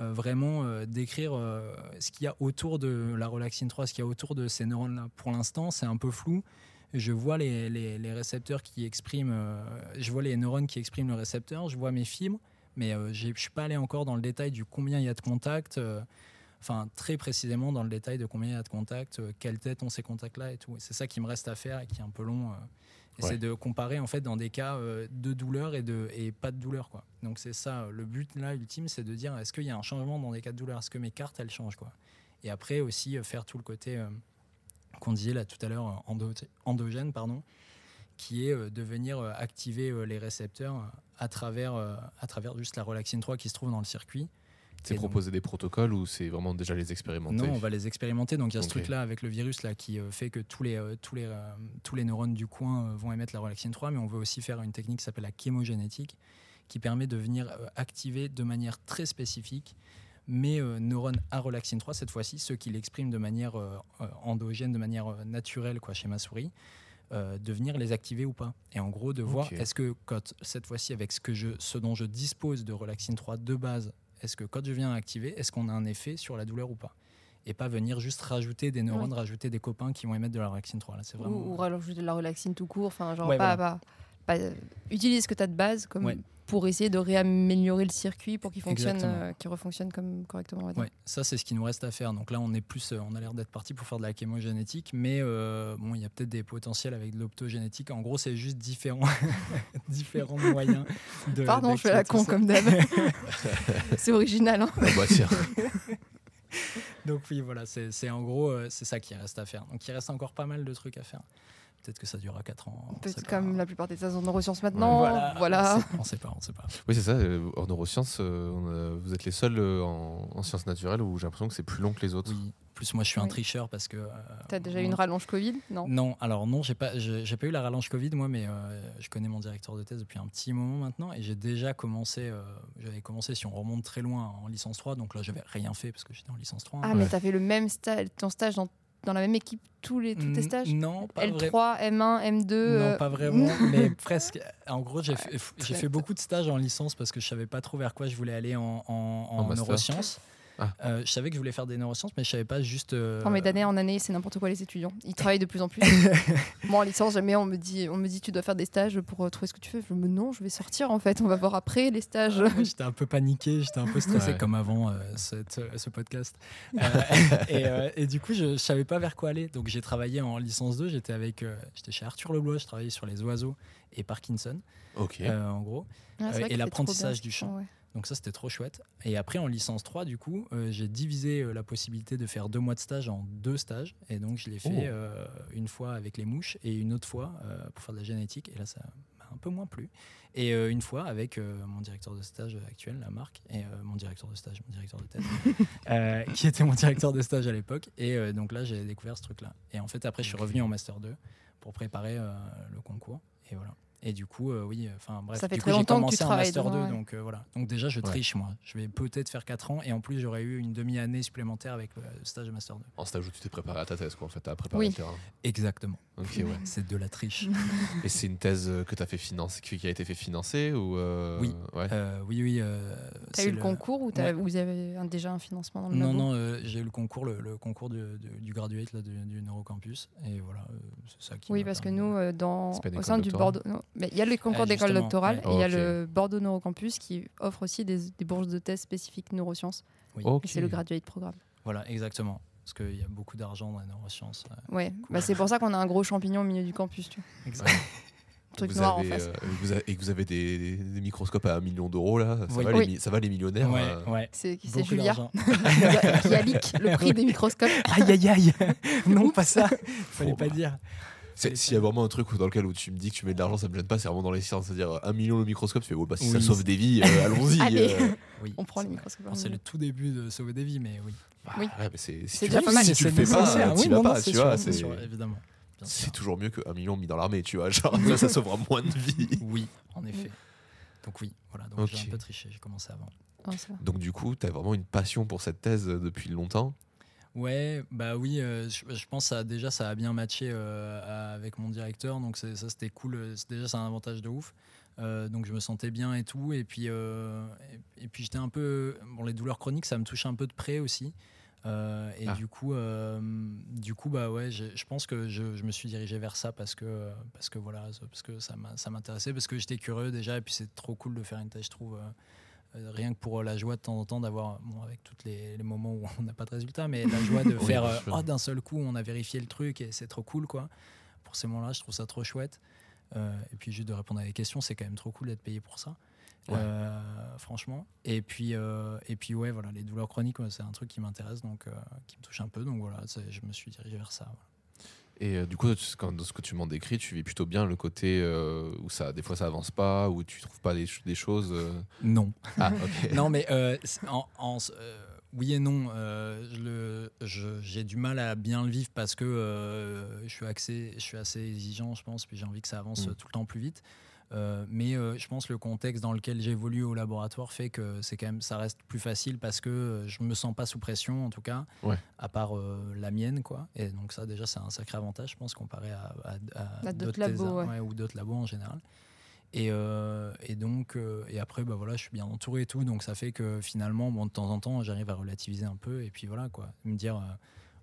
A: euh, vraiment euh, décrire euh, ce qu'il y a autour de la relaxine 3, ce qu'il y a autour de ces neurones-là. Pour l'instant, c'est un peu flou. Je vois les, les- les récepteurs qui expriment, euh, je vois les neurones qui expriment le récepteur, je vois mes fibres, mais euh, j'ai- je ne suis pas allé encore dans le détail du combien il y a de contacts, euh, enfin très précisément dans le détail de combien il y a de contacts, euh, quelle tête ont ces contacts-là et tout. Et c'est ça qui me reste à faire et qui est un peu long. euh. Et
B: Ouais.
A: C'est de comparer en fait dans des cas euh, de douleur et, de, et pas de douleur. Quoi. Donc c'est ça, euh, le but là ultime, c'est de dire est-ce qu'il y a un changement dans des cas de douleur Est-ce que mes cartes elles changent quoi Et après aussi euh, faire tout le côté euh, qu'on disait là tout à l'heure, euh, endo- endogène, pardon, qui est euh, de venir euh, activer euh, les récepteurs euh, à travers, euh, à travers juste la relaxine 3 qui se trouve dans le circuit.
B: C'est
A: Et donc-
B: proposer des protocoles ou c'est vraiment déjà les expérimenter
A: Non, on va les expérimenter. Donc il y a ce
B: Ok.
A: truc-là avec le virus là qui euh, fait que tous les, euh, tous, les, euh, tous les neurones du coin euh, vont émettre la relaxine 3, mais on veut aussi faire une technique qui s'appelle la chémogénétique, qui permet de venir euh, activer de manière très spécifique mes euh, neurones à relaxine 3, cette fois-ci, ceux qui l'expriment de manière euh, euh, endogène, de manière euh, naturelle quoi, chez ma souris. euh, de venir les activer ou pas. Et en gros, de voir
B: Ok.
A: est-ce que quand, cette fois-ci, avec ce, que je, ce dont je dispose de Relaxine 3 de base, est-ce que quand je viens activer, est-ce qu'on a un effet sur la douleur ou pas et pas venir juste rajouter des neurones, rajouter des copains qui vont émettre de la relaxine 3. Là, c'est vraiment.
C: Ou, ou rajouter de la relaxine tout court. Enfin, genre,
A: Ouais,
C: pas, pas- pas- euh, utilise ce que tu as de base comme
A: Ouais.
C: pour essayer de réaméliorer le circuit pour qu'il fonctionne,
A: Exactement.
C: euh, qu'il refonctionne comme correctement. on va dire.
A: Ouais, ça c'est ce qui nous reste à faire. Donc là, on est plus, euh, on a l'air d'être parti pour faire de la chémogénétique, mais euh, bon, il y a peut-être des potentiels avec de l'optogénétique. En gros, c'est juste différents, différents moyens. De,
C: Pardon, je fais la
A: d'activer
C: con
A: tout Euh, ça.
C: comme d'hab. C'est original. hein.
B: Ah bah tiens.
A: Donc oui, voilà, c'est c'est en gros, euh, c'est ça qui reste à faire. Donc il reste encore pas mal de trucs à faire. Peut-être que ça durera 4 ans. on sait
C: Peut-être
A: pas.
C: comme la plupart des thèses en ressources maintenant.
A: Voilà, On,
C: Voilà.
A: sait, on sait pas, on sait pas.
B: Oui, c'est ça. euh, En neurosciences, euh, on a- vous êtes les seuls euh, en, en sciences naturelles où j'ai l'impression que c'est plus long que les autres.
A: Oui. Plus moi, je suis un
C: Oui.
A: tricheur parce que. euh,
C: T'as déjà eu une
A: mon-
C: rallonge Covid Non.
A: Non, alors non, j'ai pas, j'ai j'ai pas eu la rallonge Covid, moi, mais euh, je connais mon directeur de thèse depuis un petit moment maintenant et j'ai déjà commencé, euh, j'avais commencé, si on remonte très loin, en licence 3, donc là, j'avais rien fait parce que j'étais en licence 3. hein.
C: Ah, mais
B: Ouais.
C: t'as fait le même stage, ton stage dans, dans la même équipe tous les tous tes stages
A: Non, pas
C: L3,
A: vraiment.
C: M1, M2. euh,
A: Non, pas vraiment, mais presque. En gros, j'ai fait,
C: très
A: j'ai fait beaucoup de stages en licence parce que je savais pas trop vers quoi je voulais aller en, en, en
B: master.
A: neurosciences.
B: Ah.
A: Euh, je savais que je voulais faire des neurosciences, mais je savais pas juste. euh,
C: Non mais d'année en année, c'est n'importe quoi les étudiants. Ils travaillent de plus en plus. Moi en licence, jamais on me dit, on me dit tu dois faire des stages pour euh, trouver ce que tu veux. Je me dis, non, je vais sortir en fait. On va voir après les stages. Ah,
A: Ouais, Ah, J'étais un peu paniqué, j'étais un peu stressé
B: Ouais.
A: comme avant euh, cette- euh, ce podcast. Euh, et, euh, et du coup, je, je savais pas vers quoi aller. Donc j'ai travaillé en licence 2, j'étais avec, euh, j'étais chez Arthur Leblois, je travaillais sur les oiseaux et Parkinson,
B: Ok.
A: euh, en gros.
C: Ah, c'est vrai
A: et
C: que c'est trop
A: l'apprentissage
C: bien,
A: du
C: ce
A: chant.
C: ouais.
A: Donc ça, c'était trop chouette. Et après, en licence 3, du coup, euh, j'ai divisé euh, la possibilité de faire deux mois de stage en deux stages. Et donc, je l'ai fait
B: Oh.
A: euh, une fois avec les mouches et une autre fois euh, pour faire de la génétique. Et là, ça m'a un peu moins plu. Et euh, une fois avec euh, mon directeur de stage actuel, la marque, et euh, mon directeur de stage, mon directeur de thèse, euh, qui était mon directeur de stage à l'époque. Et euh, donc là, j'ai découvert ce truc-là. Et en fait, après, je suis revenu en Master 2 pour préparer euh, le concours. Et voilà. Et du coup, euh, oui, enfin bref,
C: Ça fait
A: du
C: très
A: coup, j'ai
C: longtemps que tu
A: commencé en
C: travailles
A: Master 2,
C: dedans, ouais.
A: donc euh, voilà. Donc déjà, je
B: Ouais.
A: triche, moi. Je vais peut-être faire 4 ans, et en plus, j'aurais eu une demi-année supplémentaire avec le stage de Master 2.
B: En stage où tu t'es préparé à ta thèse, quoi, en fait, t'as préparé
C: Oui.
B: le terrain.
A: Exactement.
B: Ok, ouais.
A: C'est de la triche.
B: Et c'est une thèse euh, que t'as fait financer, qui qui a été fait financer ou euh,
A: Oui.
B: ouais.
A: Euh, oui, oui. euh,
C: T'as
A: c'est
C: eu le, concours ou
A: Ouais.
C: t'as- ou vous avez un- déjà un financement dans le
A: Non,
C: labo
A: non, euh, j'ai eu le concours, le, le concours du, du- du graduate là, du, du Neurocampus, et voilà, euh, c'est ça qui.
C: Oui,
A: m'a
C: parce que
A: permis de-
C: nous, euh, dans,
B: C'est pas une
C: au
B: école
C: sein du
B: doctorale
C: Bordeaux, non, mais il y a le concours
A: Ah,
C: d'école
A: justement,
C: doctorale
A: ouais.
C: et il y a
B: Ok.
C: le Bordeaux Neurocampus qui offre aussi des, des bourses de thèse spécifiques neurosciences.
B: Ok.
C: Et c'est le graduate programme.
A: Voilà, exactement. Parce qu'il y a beaucoup d'argent dans les neurosciences. euh.
C: Ouais, bah, c'est pour ça qu'on a un gros champignon au milieu du campus, tu vois. Un truc
B: Vous
C: noir
B: avez,
C: en face.
B: euh, vous avez- et que vous avez des, des- des microscopes à un million d'euros là, ça,
A: Oui.
B: va les,
C: Oui.
B: mi- ça va les millionnaires.
A: Ouais,
B: euh,
A: ouais.
C: C'est c'est
A: Beaucoup
C: Julia
A: d'argent.
C: qui allique le prix des microscopes.
A: Aïe, aïe, aïe Non, pas ça Fallait
B: Bon,
A: pas
B: bah.
A: dire.
B: c'est- S'il y a vraiment un truc dans lequel où tu me dis que tu mets de l'argent, ça me gêne pas, c'est vraiment dans les sciences. C'est-à-dire euh, un million le microscope, tu fais, ouais, bah, si ça
A: Oui.
B: sauve des vies, euh, allons-y.
C: Allez.
B: euh.
A: Oui,
C: On prend les
A: c'est vrai.
C: microscopes.
A: Bon, c'est le tout début de Sauver des vies, mais oui.
B: Bah,
C: Oui.
B: ouais, mais c'est- si
C: C'est
B: tu
C: déjà
B: le-
C: pas mal.
B: si tu le fais pas,
A: nécessaire.
B: tu
A: Oui,
B: vas
A: non, non,
B: pas,
A: c'est
B: tu
A: sûr,
B: vois.
A: c'est
B: c'est-
A: sûr, évidemment. Bien
B: C'est
A: sûr.
B: toujours mieux qu'un million mis dans l'armée, tu vois. Genre, ça, ça sauvera moins de vies.
A: Oui, en effet. Donc oui, voilà, donc j'ai
B: Ok.
A: un peu triché, j'ai commencé avant.
C: Ah, ça va.
B: Donc, du coup, t'as vraiment une passion pour cette thèse euh, depuis longtemps.
A: Ouais, bah oui, euh, je, je pense que ça, déjà ça a bien matché euh, à- avec mon directeur, donc c'est- ça c'était cool, euh, c'est- déjà c'est un avantage de ouf. Euh, donc je me sentais bien et tout, et puis, euh, et, et puis j'étais un peu... Bon, les douleurs chroniques, ça me touche un peu de près aussi. Euh, et
B: Ah.
A: du coup, euh, du coup, bah ouais, j'ai- je pense que je, je me suis dirigé vers ça parce que parce que voilà, ça- parce que ça m'a- ça m'intéressait, parce que j'étais curieux déjà, et puis c'est trop cool de faire une thèse, je trouve. euh, euh, rien que pour la joie de temps en temps d'avoir, bon, avec tous les, les moments où on n'a pas de résultat, mais la joie de
B: Oui,
A: faire,
B: bien
A: euh,
B: sûr.
A: oh, d'un seul coup, on a vérifié le truc et c'est trop cool, quoi. Pour ces moments-là, je trouve ça trop chouette. Euh, et puis juste de répondre à des questions, c'est quand même trop cool d'être payé pour ça.
B: Ouais.
A: Euh, franchement. Et puis, euh, et puis ouais, voilà, les douleurs chroniques, ouais, c'est un truc qui m'intéresse, donc euh, qui me touche un peu. Donc voilà, c'est- je me suis dirigé vers ça. voilà.
B: Et euh, du coup, tu- quand- dans ce que tu m'en décris, tu vis plutôt bien le côté euh, où ça, des fois ça avance pas, où tu trouves pas des, ch- des choses. euh.
A: Non.
B: Ah, ok.
A: non, mais euh, c'est- en, en s- euh, oui et non, euh, je le- je- j'ai du mal à bien le vivre parce que euh, je, suis axé- je suis assez exigeant, je pense, puis j'ai envie que ça avance
B: Mm.
A: euh, tout le temps plus vite. Euh, mais euh, je pense que le contexte dans lequel j'évolue au laboratoire fait que c'est quand même ça reste plus facile parce que euh, je me sens pas sous pression en tout cas
B: Ouais.
A: à part euh, la mienne quoi et donc ça déjà c'est un sacré avantage je pense comparé à, à- à
C: À Bah, d'autres
A: thèses,
C: labos, ouais.
A: ouais, ou d'autres labos en général et, euh, et donc, euh, et après, bah voilà, je suis bien entouré et tout. Donc, ça fait que finalement, bon, de temps en temps, j'arrive à relativiser un peu. Et puis voilà, quoi. Me dire, euh,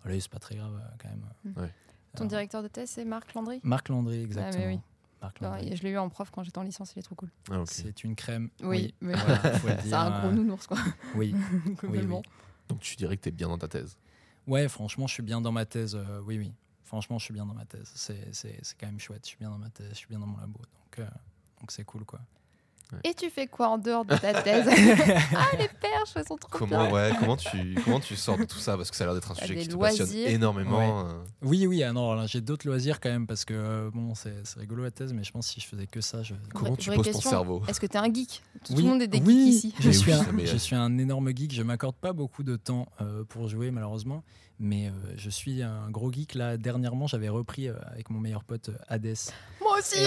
A: allez, c'est pas très grave euh, quand même.
C: Ton
A: Alors.
C: directeur de thèse, c'est Marc Landry
A: Marc Landry,
C: Ah,
A: exactement.
C: mais oui.
A: Marc
C: Non,
A: Landry.
C: Je l'ai eu en prof quand j'étais en licence, il est trop cool.
B: Ah, ok.
A: C'est une crème.
C: Oui, mais-
A: voilà, faut le
C: C'est
A: dire,
C: un gros
A: euh,
C: nounours, quoi,
A: Oui, oui,
C: globalement.
A: oui.
B: Donc tu dirais que t'es bien dans ta thèse.
A: Ouais, franchement, je suis bien dans ma thèse. euh, oui, oui. Franchement, je suis bien dans ma thèse. C'est, c'est, c'est quand même chouette. Je suis bien dans ma thèse. Je suis bien dans mon labo. Donc, euh, donc c'est cool, quoi.
C: Et tu fais quoi en dehors de ta thèse Ah, les perches, elles sont trop
B: Comment,
C: bien
B: ouais, comment, tu, comment tu sors de tout ça Parce que ça a l'air d'être un
A: Bah,
C: T'as
B: sujet
C: des
B: qui te passionne
C: loisirs.
B: énormément. euh.
A: Oui, oui. ah non, alors là, j'ai d'autres loisirs quand même parce que euh, bon, c'est, c'est rigolo la thèse, mais je pense que si je faisais que ça, je,
B: Comment
C: Vraie-
B: tu
C: vraie
B: poses ton
C: question.
B: cerveau
C: Est-ce que t'es un geek Tout
A: Oui,
C: le monde est des
A: oui,
C: geeks ici.
A: Je
B: Mais
A: suis,
B: oui,
A: un,
B: ça m'est-
A: je suis un énorme geek. Je m'accorde pas beaucoup de temps euh, pour jouer, malheureusement. Mais euh, je suis un gros geek. Là, dernièrement, j'avais repris euh, avec mon meilleur pote euh, Hades.
C: Moi aussi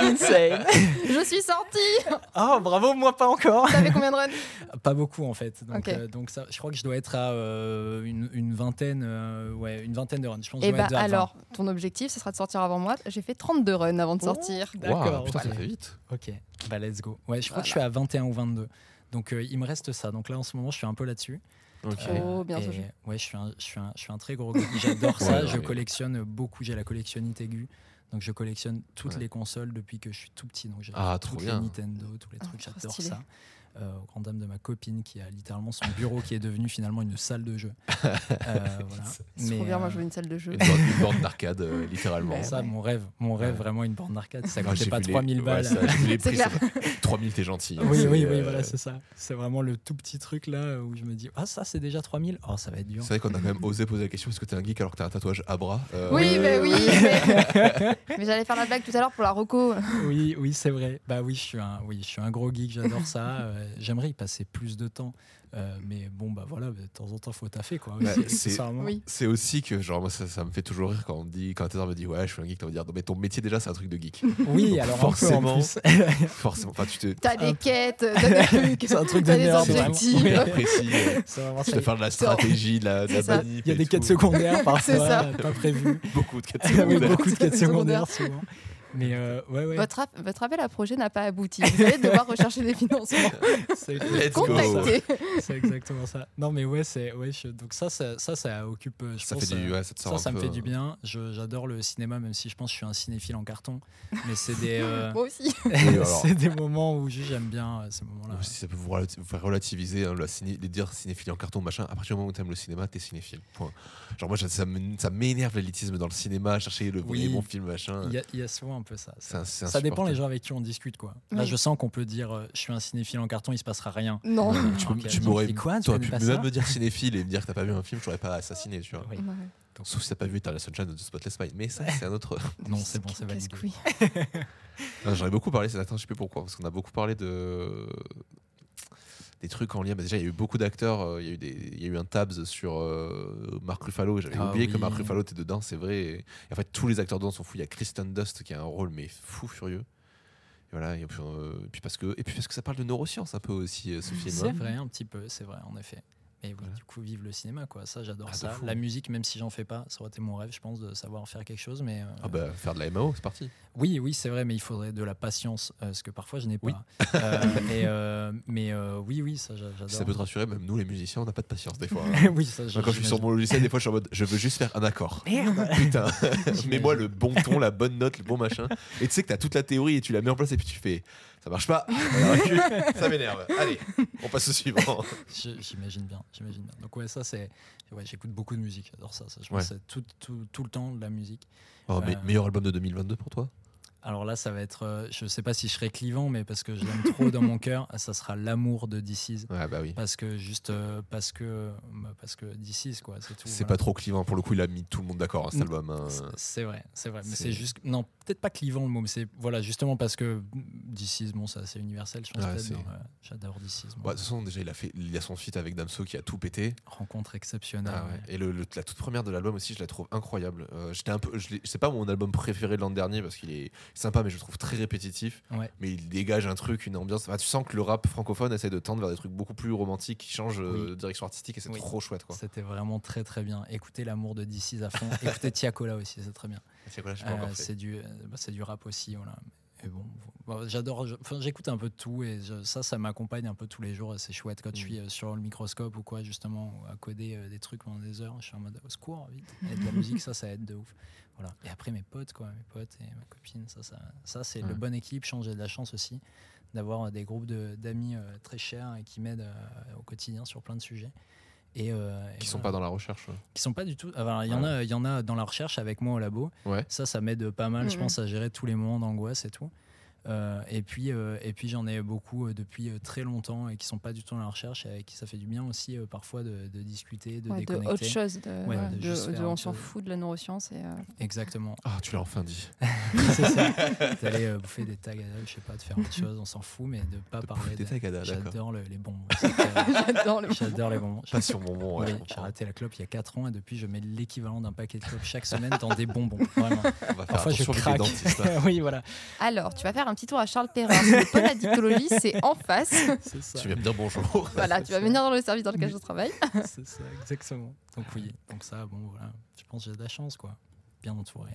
A: Insane.
C: Je suis sortie
A: Ah, bravo, moi pas encore.
C: T'avais combien de runs
A: Pas beaucoup en fait. Donc,
C: Ok.
A: euh, donc ça, je crois que je dois être à euh, une, une vingtaine, euh, ouais, une vingtaine de runs. Je pense que
C: Et
A: je dois
C: bah
A: être à 20.
C: alors, ton objectif, ce sera de sortir avant moi. J'ai fait 32 runs avant de
A: Oh.
C: sortir.
B: Waouh,
A: D'accord.
B: putain, ça
A: ok.
B: fait vite.
A: Ok, bah let's go. Ouais, je crois que je suis à 21 ou 22. Donc euh, il me reste ça. Donc là en ce moment je suis un peu là-dessus.
B: Ok.
C: Euh, Oh, bien
A: et
C: joué.
A: Ouais, je suis un, je suis un, je suis un très gros. geek. J'adore ça.
B: Ouais,
A: je
B: ouais.
A: collectionne beaucoup. J'ai la collectionnite aiguë. Donc je collectionne toutes
B: Ouais.
A: les consoles depuis que je suis tout petit. Donc j'ai
B: Ah, trop
A: toutes
B: bien.
A: les Nintendo, tous les
C: Ah,
A: trucs.
C: trop
A: J'adore
C: stylé.
A: ça. Euh, au grand dame de ma copine qui a littéralement son bureau qui est devenu finalement une salle de jeu. Euh, voilà.
C: C'est trop bien, moi
A: euh,
C: je veux une salle de jeu.
B: Une borne, une borne d'arcade, euh, littéralement.
C: Ouais,
A: ça, mon rêve, mon rêve,
B: Ouais.
A: vraiment une borne d'arcade. Ça
B: Moi, j'ai
A: coûtait pas
B: vu les-
A: 3000
B: ouais,
A: balles.
B: ça, j'ai vu les
C: C'est
B: prix,
C: clair.
B: c'est- 3000, t'es gentil.
A: Oui,
B: C'est,
A: oui, oui,
B: euh,
A: voilà, c'est ça. C'est vraiment le tout petit truc là où je me dis, ah, ça, c'est déjà 3000. Oh, ça va être dur.
B: C'est vrai qu'on a quand même osé poser la question est-ce que t'es un geek alors que t'as un tatouage à bras Euh,
C: Oui,
A: Euh,
C: mais oui,
A: oui.
C: mais, mais j'allais faire la blague tout à l'heure pour la reco.
A: Oui, oui, c'est vrai. Bah oui, je suis un, oui, je suis un gros geek, j'adore ça. Euh, J'aimerais y passer plus de temps. Euh, mais bon, bah voilà, de temps en temps, faut taffer quoi.
B: Bah,
A: aussi,
B: c'est-
A: sincèrement.
C: Oui.
B: C'est aussi que, genre, moi, ça, ça me fait toujours rire quand on me dit, quand un tatoueur me dit, ouais, je suis un geek, t'as envie de dire, non, mais ton métier déjà, c'est un truc de geek.
A: Oui,
B: Donc,
A: alors
B: forcément,
A: un peu en plus.
B: Forcément. Enfin, tu te.
C: T'as des
A: Hop.
C: quêtes, t'as des trucs,
A: Ah. C'est un truc de
C: t'as des
A: nerd,
B: vraiment.
C: objectifs.
A: Oui.
B: hyper précis. euh,
A: C'est vraiment
B: Tu
A: ça.
B: dois faire de la stratégie, de la, de la
C: C'est ça.
B: manip.
A: Il y a
B: et
A: des
B: tout.
A: quêtes secondaires
C: C'est
A: parfois,
C: ça.
A: euh, pas prévues.
B: Beaucoup de quêtes
A: Il y a
B: secondaires.
A: beaucoup de quêtes
C: Quêtes
A: secondaires
C: secondaires.
A: souvent. Mais euh, ouais, ouais,
C: Votre, app- votre appel à projet n'a pas abouti. Vous allez devoir rechercher des financements.
A: c'est
B: Let's go.
C: Contactez.
A: C'est exactement ça. Non, mais ouais, c'est ouais, je- donc ça, ça, ça, ça occupe. euh, Je
B: Ça
A: pense,
B: fait
A: euh,
B: du. Ouais, ça te sort
A: ça,
B: un
A: ça me
B: peu,
A: fait du
B: euh,
A: bien. Je- J'adore le cinéma, même si je pense que je suis un cinéphile en carton. Mais c'est des, euh,
C: Moi aussi.
B: alors.
A: c'est des moments où juste j'aime bien euh, ces moments-là.
B: Ou hein. Si ça peut vous relati- vous faire relativiser, hein, la ciné- les dire cinéphile en carton, machin, à partir du moment où t'aimes le cinéma, t'es cinéphile. Point. Genre, moi, ça- ça me- ça m'énerve l'élitisme dans le cinéma, chercher le
A: Oui.
B: les bons film, machin.
A: Il y, a, il y a souvent un peu ça.
B: C'est un- c'est
A: Ça dépend les
B: insupportable.
A: gens avec qui on discute, quoi. Là,
C: Oui.
A: je sens qu'on peut dire euh, je suis un cinéphile en carton, il se passera rien.
C: Non.
A: Euh,
B: Tu, peux-
A: ok,
B: tu
A: donc,
B: m'aurais
A: c'est quoi, tu
B: t'aurais
A: connais
B: pu
A: pas
B: même
A: ça
B: me dire cinéphile et me dire que t'as pas vu un film, j'aurais pas assassiné, tu vois.
A: Oui.
B: Sauf si t'as pas vu International Sunshine de Spotless Mind, mais ça, c'est un autre.
A: Non, c'est bon, c'est validé.
C: Casse-couille.
B: Non, J'aurais Ah, beaucoup parlé, c'est attends, je sais plus pourquoi, parce qu'on a beaucoup parlé de des trucs en lien. Bah, déjà, il y a eu beaucoup d'acteurs. euh, Il y, a eu des- il y a eu un tabs sur euh, Marc Ruffalo. et J'avais
A: Ah
B: oublié que
A: oui.
B: Marc Ruffalo était dedans, c'est vrai. Et, en fait, tous les acteurs dedans sont fous. Il y a Kristen Dust qui a un rôle, mais fou furieux. Et voilà. Et puis, euh, et puis parce que, et puis parce que ça parle de neurosciences un peu aussi, euh, ce film.
A: C'est
B: hein.
A: vrai, un petit peu, c'est vrai, en effet. Mais oui,
B: Voilà.
A: du coup, vive le cinéma, quoi. Ça, j'adore
B: Ah, de
A: ça.
B: fou.
A: La musique, même si j'en fais pas, ça aurait été mon rêve, je pense, de savoir faire quelque chose. Mais euh,
B: Ah bah, faire de la MAO, c'est parti.
A: oui, oui, c'est vrai, mais il faudrait de la patience, euh, ce que parfois je n'ai pas.
B: Oui.
A: Euh, et, euh, mais euh, oui, oui, ça, j'a- j'adore.
B: Si ça peut te rassurer, même nous, les musiciens, on n'a pas de patience des fois.
A: oui, ça, j'a-
B: Moi, quand je suis sur mon logiciel, des fois, je suis en mode, je veux juste faire un accord. Putain, mets-moi le bon ton, la bonne note, le bon machin. Et tu sais que t'as toute la théorie et tu la mets en place et puis tu fais, ça marche pas, on a vaincu, ça m'énerve. Allez, on passe au suivant.
A: Je- J'imagine bien, j'imagine bien. Donc ouais, ça c'est, ouais, j'écoute beaucoup de musique, j'adore ça. ça je
B: Ouais.
A: pense que c'est tout, tout, tout le temps de la musique.
B: Oh, mais
A: Euh.
B: meilleur album de 2022 pour toi
A: Alors là, ça va être, euh, je sais pas si je serai clivant, mais parce que je l'aime trop dans mon cœur, ça sera l'amour de DC's.
B: Ouais, bah oui.
A: Parce que juste euh, parce que bah, parce que D6 quoi, c'est tout.
B: C'est
A: voilà.
B: pas hein. trop clivant, pour le coup, il a mis tout le monde d'accord, hein, cet
A: Mm.
B: album. hein.
A: C'est- C'est vrai, c'est vrai. Mais
B: C'est-
A: c'est juste non, peut-être pas clivant le mot, mais c'est voilà justement parce que D6 bon ça c'est universel, je pense
B: Ouais,
A: peut-être.
B: c'est-
A: non, euh, J'adore D6.
B: Ouais, Bah, de toute façon, déjà, il a, fait, il a son feat avec Damso qui a tout pété.
A: Rencontre exceptionnelle.
B: Ah ouais. Et le- le- la toute première de l'album aussi, je la trouve incroyable. Euh, j'étais un peu, je l'ai- c'est pas mon album préféré de l'an dernier parce qu'il est sympa, mais je le trouve très répétitif.
A: Ouais.
B: Mais il dégage un truc, une ambiance. Enfin, tu sens que le rap francophone essaie de tendre vers des trucs beaucoup plus romantiques, qui changent euh,
A: Oui.
B: de direction artistique, et c'est
A: Oui.
B: trop chouette. Quoi.
A: C'était vraiment très très bien. Écoutez l'amour de D6 à fond. Écoutez Tiakola aussi, c'est très bien.
B: C'est quoi, là, j'ai pas
A: Euh,
B: encore fait.
A: c'est du, euh, bah, c'est du rap aussi. Voilà. Et bon, bon, j'adore, je- enfin, j'écoute un peu de tout et je- ça, ça m'accompagne un peu tous les jours. et C'est chouette quand je
B: Mm.
A: suis euh, sur le microscope ou quoi, justement, ou à coder euh, des trucs pendant des heures. Je suis en mode au secours, vite. Et de la musique, ça, ça aide de ouf. Voilà. Et après, mes potes, quoi, mes potes et ma copine, ça, ça, ça c'est
B: Ouais.
A: le bon équipe. Chance, J'ai de la chance aussi d'avoir euh, des groupes de- d'amis euh, très chers et qui m'aident euh, au quotidien sur plein de sujets. Et, euh, et
B: Qui sont
A: voilà
B: pas dans la recherche. euh. ouais.
A: qui sont pas du tout. Alors, il y en a, il y en a dans la recherche avec moi au labo.
B: Ouais.
A: Ça, ça m'aide pas mal, je
C: Mhm.
A: pense, à gérer tous les moments d'angoisse et tout. Euh, et puis, euh, et puis j'en ai beaucoup euh, depuis euh, très longtemps et qui sont pas du tout à la recherche et avec qui ça fait du bien aussi euh, parfois de, de discuter, de
C: Ouais, de
A: déconnecter.
C: autre chose, de, voilà,
A: de
C: de-
A: juste
C: de-
A: faire
C: on
A: autre
C: s'en
A: chose.
C: fout de la neuroscience. Et, euh,
A: Exactement.
B: Ah, tu l'as enfin dit.
A: C'est ça. D'aller euh, bouffer des tags, à dalle, je sais pas, de faire autre chose, on s'en fout, mais de pas
B: De bouffer
A: parler.
B: des
A: de-
B: tagadas, d'accord.
A: J'adore le- les bonbons. C'est que-
C: J'adore le
A: J'adore les bonbons.
B: Pas sur mon bon.
A: Oui, j'ai arrêté la clope il y a 4 ans et depuis je mets l'équivalent d'un paquet de clopes chaque semaine dans des bonbons. Vraiment.
B: On va faire
A: Parfois je
B: attention avec les
A: craque.
B: dentistes. là.
A: oui, voilà.
C: Alors, tu vas faire un petit tour à Charles Perrin. Le pôle addictologie, c'est en face.
A: C'est ça.
B: tu viens me dire bonjour.
C: voilà,
A: c'est
C: tu vas
A: ça.
C: venir dans le service dans lequel je travaille.
A: C'est ça, exactement. Donc oui, donc ça, bon voilà, je pense que j'ai de la chance quoi. Bien entouré.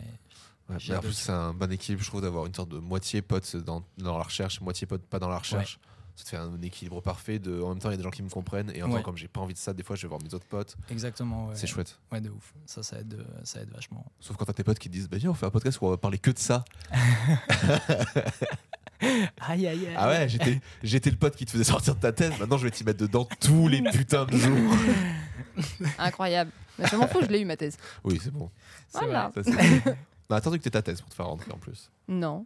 B: Ouais,
A: J'ai
B: mais en
A: adoré.
B: plus, c'est un bon équilibre, je trouve, d'avoir une sorte de moitié pote dans, dans la recherche, moitié pote pas dans la recherche. Ça te fait un équilibre parfait. De, en même temps, il y a des gens qui me comprennent. Et en même
A: Ouais.
B: temps, comme j'ai pas envie de ça, des fois, je vais voir mes autres potes.
A: Exactement, ouais.
B: C'est chouette.
A: Ouais, de ouf. Ça, ça aide, euh, ça aide vachement.
B: Sauf quand t'as tes potes qui te disent Bah, viens, on fait un podcast où on va parler que de ça.
A: Aïe, aïe, aïe.
B: Ah ouais, j'étais, j'étais le pote qui te faisait sortir de ta thèse. Maintenant, je vais t'y mettre dedans tous les putains de jours.
C: Incroyable. Mais je m'en fous, je l'ai eu ma thèse.
B: Oui, c'est bon.
A: C'est
C: Voilà.
A: vrai.
B: Ça, c'est- On a attendu que t'aies ta thèse pour te faire rentrer en plus.
C: Non,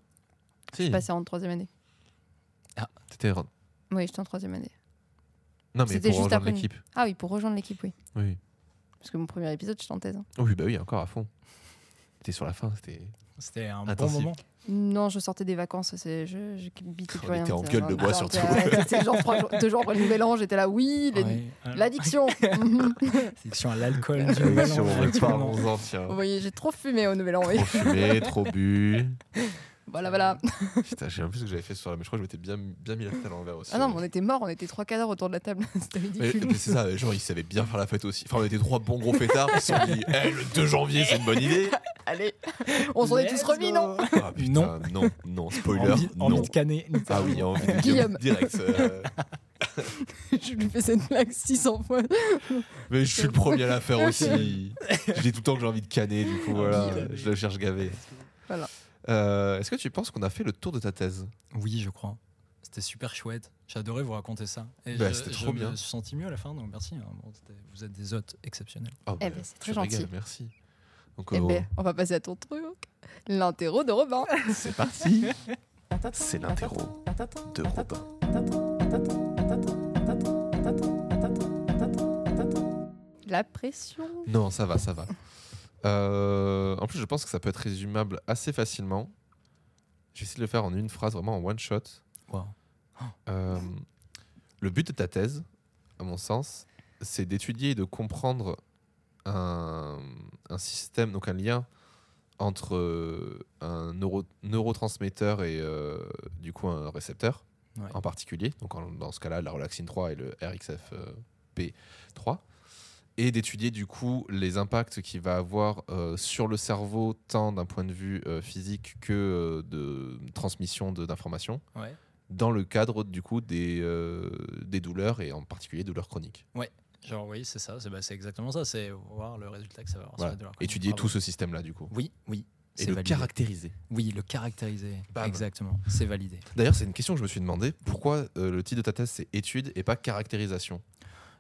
B: Si,
C: passé en troisième année.
B: t'étais rentré.
C: Oui, j'étais en troisième année.
B: Non, mais
C: C'était
B: pour
C: juste
B: rejoindre
C: après.
B: l'équipe.
C: Ah oui, pour rejoindre l'équipe, oui.
B: Oui.
C: Parce que mon premier épisode, j'étais en thèse. hein.
B: Oui, bah oui, encore à fond. T'étais sur la fin, c'était.
A: C'était un
B: Intensif.
A: bon moment.
C: Non, je sortais des vacances, c'est je, je bitais plus
B: On
C: rien.
B: était Oh, en
C: c'est-
B: gueule
C: non,
B: de
C: non,
B: bois,
C: non,
B: surtout.
C: arrête, c'est genre trois jours- deux jours après le nouvel an, j'étais là, oui, les-
A: Ouais. Alors,
C: l'addiction. Mhm.
A: Addiction à l'alcool du
C: Bah
A: nouvel an, effectivement.
B: Parlons-en, tiens.
C: Vous voyez, j'ai trop fumé au nouvel an, oui.
B: Trop fumé, trop bu.
C: Voilà, voilà.
B: Putain, j'ai un peu ce que j'avais fait sur la mais je crois que je m'étais bien, bien mis la tête à l'envers aussi.
C: Ah non, mais on était morts, on était trois quarts d'heure autour de la table. C'était
B: Mais-
C: ridicule.
B: mais c'est ça, genre ils savaient bien faire la fête aussi. Enfin, on était trois bons gros fêtards qui se sont dit, Eh, le 2 janvier, c'est une bonne idée.
C: Allez, on s'en est
A: Let's
C: tous remis,
A: go.
C: non
B: Ah, putain,
A: Non.
B: non, non, spoiler,
A: envie,
B: non.
A: envie de canner.
B: Ah oui, envie de
C: Guillaume.
B: direct. euh,
C: Je lui fais cette blague 600 fois.
B: mais je suis le premier à la faire aussi. je dis tout le temps que j'ai envie de canner, du coup, voilà,
A: Guillaume.
B: je le cherche gavé.
C: Voilà.
B: Euh, Est-ce que tu penses qu'on a fait le tour de ta thèse
A: Oui, je crois. C'était super chouette. J'adorais vous raconter ça. Et
B: Bah,
A: je-
B: c'était
A: je
B: trop
A: me
B: bien.
A: suis senti mieux à la fin, donc merci. hein. Bon, c'était- vous êtes des hôtes exceptionnels.
B: Ah,
C: Eh
B: bah,
C: ben, c'est
B: tu
C: très
B: régales,
C: gentil.
B: merci. Donc,
C: Eh
B: euh,
C: ben, on va passer à ton truc. L'interro de Robin.
B: c'est parti. C'est l'interro de Robin.
C: La pression.
B: Non, ça va, ça va. Euh, en plus, je pense que ça peut être résumable assez facilement. J'essaie de le faire en une phrase, vraiment en one shot.
A: Waouh.
B: Euh, le but de ta thèse, à mon sens, c'est d'étudier et de comprendre un, un système, donc un lien entre euh, un neuro- neurotransmetteur et euh, du coup un récepteur
A: Ouais.
B: en particulier, donc en- dans ce cas-là la relaxine 3 et le RXFP3, et d'étudier du coup les impacts qu'il va avoir euh, sur le cerveau tant d'un point de vue euh, physique que euh, de transmission de- d'informations
A: Ouais.
B: dans le cadre du coup des, euh, des douleurs et en particulier douleurs chroniques.
A: Genre, oui, c'est ça. C'est bah, c'est exactement ça. C'est voir le résultat que ça va avoir.
B: Voilà.
A: sur la douleur.
B: Étudier
A: Bravo.
B: tout ce système là du coup.
A: Oui, oui.
B: Et
A: c'est
B: le Bah,
A: validé.
B: caractériser.
A: Oui, le caractériser.
B: Bam.
A: Exactement. C'est validé.
B: D'ailleurs, c'est une question que je me suis demandé pourquoi euh, le titre de ta thèse c'est étude et pas caractérisation.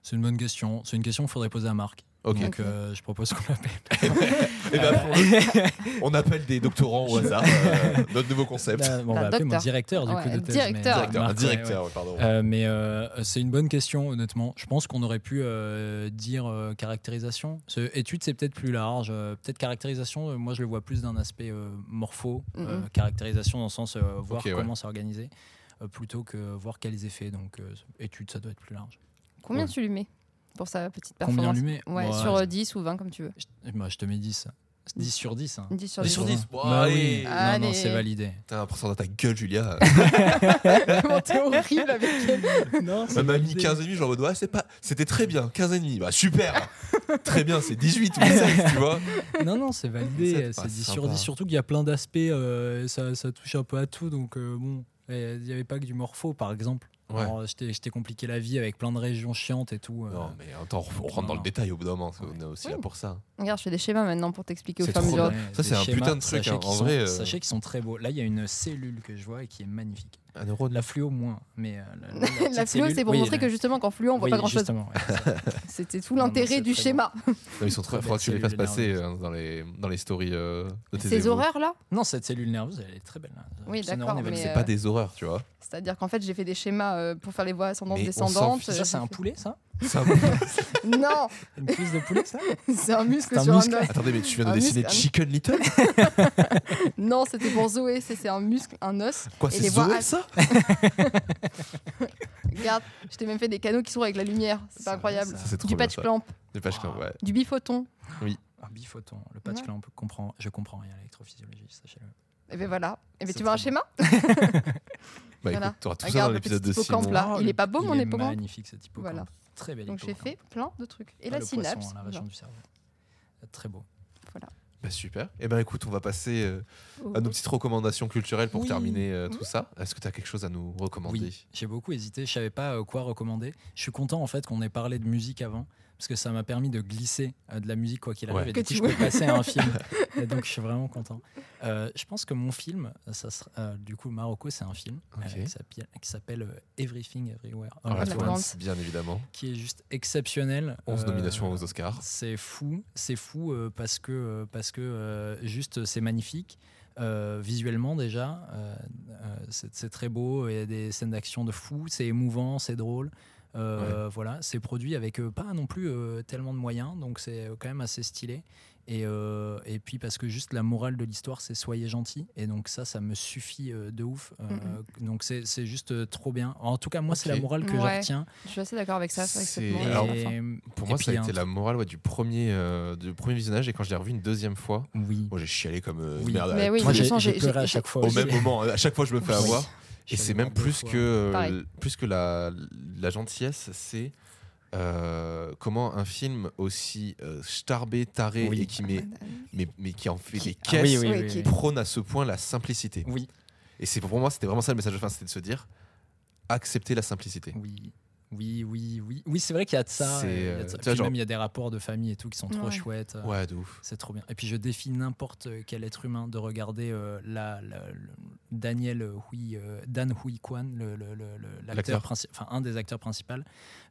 A: C'est une bonne question. C'est une question qu'il faudrait poser à Marc.
B: Ok.
A: Donc, euh, je propose qu'on l'appelle.
B: Eh ben, on appelle des doctorants au hasard euh, notre nouveau concept.
A: Là, bon, on
C: Un
A: va appeler mon
C: docteur.
A: directeur du coup
C: Ouais,
A: de thèse,
C: directeur.
A: mais-
B: Directeur,
A: Bah, Marc,
B: un
A: ouais,
B: directeur, ouais, pardon.
A: ouais. Euh, mais euh, c'est une bonne question, honnêtement. Je pense qu'on aurait pu euh, dire euh, caractérisation. Ce, étude, c'est peut-être plus large. Euh, peut-être caractérisation, euh, moi, je le vois plus d'un aspect euh, morpho.
C: Mhm.
A: euh, caractérisation dans le sens euh, voir
B: Ok, ouais.
A: comment c'est organisé, euh, plutôt que voir quels effets. Donc, euh, étude, ça doit être plus large.
C: Combien
B: Ouais.
C: tu lui mets pour sa petite
A: Combien
C: performance
A: lui met
C: Ouais,
A: Moi,
C: sur
A: je-
C: euh, 10 ou 20 comme tu veux.
A: je, moi, je te mets 10. 10 sur 10. hein.
C: 10 sur
B: 10
C: 10.
B: sur 10. Bon,
A: Bah
B: allez.
A: oui. Non, non, c'est
C: Allez.
A: validé.
B: T'as un pourcentage à ta gueule, Julia.
C: Comment t'es horrible avec elle.
A: non,
B: Elle m'a mis 15,5, genre en mode, ouais, c'est pas... c'était très bien, 15,5, bah super Très bien, c'est 18 ou 16, tu vois.
A: Non, non, c'est validé.
B: C'est-
A: C'est
B: ouais,
A: 10
B: c'est
A: sur
B: sympa.
A: 10. Surtout qu'il y a plein d'aspects. euh, ça, ça touche un peu à tout. Donc, euh, bon, euh, il n'y avait pas que du morpho, par exemple.
B: Ouais.
A: Alors, je t'ai je t'ai compliqué la vie avec plein de régions chiantes et tout. euh.
B: Non, mais attends, on
A: non,
B: rentre dans le
A: non.
B: détail au bout d'un moment, parce qu'on est aussi là
C: Oui.
B: pour ça.
C: Regarde, je fais des schémas maintenant pour t'expliquer au
B: C'est
C: fur et à
B: trop
C: mesure.
B: bien. Ça,
A: des
B: c'est un putain de truc,
A: sachez
B: hein,
A: qu'ils
B: en
A: sont-
B: vrai, euh.
A: Sachez qu'ils sont très beaux. Là, il y a une cellule que je vois et qui est magnifique.
B: Un neurone.
A: La fluo, moins. Mais, euh, la, la petite
C: La fluo,
A: cellule-
C: c'est pour
A: oui,
C: montrer
A: la-
C: que justement qu'en fluo, on voit
A: oui,
C: pas grand chose.
A: justement, ouais, c'est ça.
C: C'était tout
A: Non, non,
C: l'intérêt
A: c'est
C: du
A: très
C: schéma.
B: Non, ils sont trop.
A: Très
B: Faudra que tu les fasses
A: belle
B: passer
A: cellule
B: euh, dans les dans les stories euh, de tes
C: Ces
B: émos.
C: horreurs là,
A: non, cette cellule nerveuse, elle est très belle. hein.
C: Oui,
A: Ce
C: d'accord,
A: neurone est
C: mais,
A: valisé.
B: C'est
C: euh,
B: pas des horreurs, tu vois.
C: c'est-à-dire qu'en fait j'ai fait des schémas euh, pour faire les voix ascendantes
B: Mais on
C: descendantes.
B: s'en
A: Ça, c'est
C: euh,
A: un poulet, ça
B: Ça-
C: Non,
A: Une cuisse de poulet, ça
C: c'est un muscle
A: C'est un
C: sur
A: muscle.
C: un os.
B: Attendez, mais tu viens de
C: Un
B: dessiner
C: muscle, un-
B: Chicken Little
C: Non, c'était pour Zoé, c'est c'est un muscle, un os.
B: Quoi,
C: Et
B: c'est
C: les voix
B: Zoé
C: à-
B: ça
C: Regarde, je t'ai même fait des canaux qui s'ouvrent avec la lumière. C'est
A: C'est
C: pas incroyable.
A: vrai,
B: Ça, c'est trop
C: Du
B: bien,
C: patch
B: ça.
C: clamp,
B: Du patch clamp, ouais.
C: du biphoton.
A: Un biphoton. Le patch
C: Ouais.
A: là, on peut comprendre. Je comprends rien à l'électrophysiologie, sachez-le.
C: Et ben voilà. Et ben
A: C'est
C: tu veux un
A: très
C: schéma
B: Bah
C: Voilà.
B: écoute, t'auras tout ça
C: Regarde
B: dans
C: le
B: l'épisode
C: petit
B: de
C: hippocampe,
B: Simon.
C: là.
A: Oh,
C: il
A: le-
C: est pas beau, mon
A: il est
C: hippocampe
A: magnifique cet hippocampe.
C: Voilà.
A: Très bel
C: Donc j'ai
A: hippocampe.
C: fait plein de trucs. Et
A: Ah,
C: la
A: le poisson,
C: synapse.
A: la région du cerveau. Euh, Très beau.
B: Bah super. Et ben écoute, on va passer euh,
C: Oh.
A: Ah,
B: à nos petites recommandations culturelles pour
A: Oui.
B: terminer euh, tout ça. Est-ce que t'as quelque chose à nous recommander
A: Oui, j'ai beaucoup hésité, je savais pas euh, quoi recommander. Je suis content en fait qu'on ait parlé de musique avant parce que ça m'a permis de glisser euh, de la musique quoi qu'il arrive
B: Ouais.
A: et
C: Que
A: du coup
C: tu
A: je peux passer à un film. Et donc je suis vraiment content. Euh, je pense que mon film, ça sera- euh, du coup Marocco, c'est un film euh,
B: Ok.
A: qui s'appelle- qui s'appelle euh, Everything Everywhere All
B: Alors,
A: at
C: la
A: Once,
C: plante.
B: Ah, bien évidemment.
A: qui est juste exceptionnel.
B: 11
A: Euh,
B: nominations aux Oscars.
A: c'est fou, c'est fou euh, parce que, euh, parce que euh, juste euh, c'est magnifique. Euh, visuellement déjà, euh, euh, c'est c'est très beau, il y a des scènes d'action de fou, c'est émouvant, c'est drôle. Euh, Voilà, c'est produit avec euh, pas non plus euh, tellement de moyens, donc c'est euh, quand même assez stylé. Et, euh, et puis parce que juste la morale de l'histoire, c'est soyez gentil. Et donc ça, ça me suffit euh, de ouf. Euh, Donc c'est c'est juste euh, trop bien. En tout cas, moi, c'est
B: Ok.
A: la morale que
C: Ouais.
A: je retiens.
C: Je suis assez d'accord avec ça. c'est vrai que cette
B: C'est-
C: morale,
B: alors,
C: enfin,
B: Pour
A: et
B: moi,
A: puis,
B: ça
A: il y
B: a
A: un
B: été la
A: truc-
B: morale ouais, du, premier, euh, du premier visionnage. Et quand je l'ai revu une deuxième fois,
A: Oui.
B: moi j'ai chialé comme euh, une
A: Oui.
B: merde.
C: Mais oui,
A: Moi,
C: de toute
A: j'ai
C: façon,
A: j'ai
C: j'ai-
A: pleuré à
C: j'ai-
A: chaque fois.
B: Au
A: aussi.
B: même moment, à chaque fois je me fais
A: Oui.
B: avoir. Et
A: J'allais
B: c'est
A: voir
B: même
A: deux
B: plus
A: fois.
B: que, euh,
C: Pareil.
B: plus que la, la gentillesse, c'est euh, comment un film aussi euh, starbé, taré
A: Oui.
B: et qui, met, mais, mais qui en fait
A: Qui-
B: des
A: Ah
B: caisses
A: oui, oui,
C: Oui,
A: oui,
C: qui-
A: oui.
B: prône à ce point la simplicité.
A: Oui,
B: Et c'est pour moi, c'était vraiment ça le message de fin, c'était de se dire accepter la simplicité.
A: oui, oui, oui, oui. Oui, c'est vrai qu'il y a de ça. euh,
B: C'est,
A: il y a de
B: euh,
A: ça.
B: tu
A: Puis
B: vois, genre-
A: même, il y a des rapports de famille et tout qui sont trop
C: Ouais.
A: chouettes. euh,
B: Ouais, de ouf.
A: C'est trop bien. Et puis, je défie n'importe quel être humain de regarder euh, la, la- le- Daniel Hui, euh, Dan Hui Kwan, le- le- le- le-
B: L'acteur.
A: l'acteur princi- enfin, un des acteurs principaux,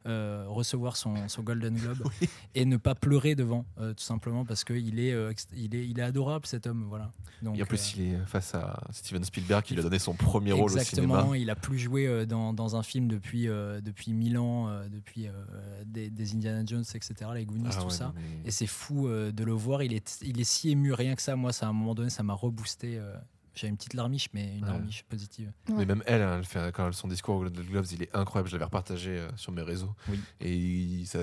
A: euh, recevoir son, son Golden Globe et ne pas pleurer devant, euh, tout simplement parce qu'il est, euh, ext- il est, il est adorable, cet homme. Voilà. Donc,
B: et en
A: euh,
B: plus, il est face à Steven Spielberg qui lui a donné son premier rôle au
A: Exactement,
B: cinéma.
A: il a plus joué euh, dans, dans un film depuis, euh, depuis mille ans, euh, depuis euh, des, des Indiana Jones, etc., les Goonies,
B: Ah
A: tout
B: ouais,
A: ça.
B: non, mais-
A: Et c'est fou euh, de le voir, il est, il est si ému, rien que ça, moi, ça, à un moment donné, ça m'a reboosté. euh, J'avais une petite larmiche, mais une
B: Ouais.
A: larmiche positive.
C: Ouais.
B: Mais même elle, hein, elle fait, quand elle- son discours au Golden Globes, il est incroyable. Je l'avais repartagé euh, sur mes réseaux.
A: Oui.
B: Et il- ça-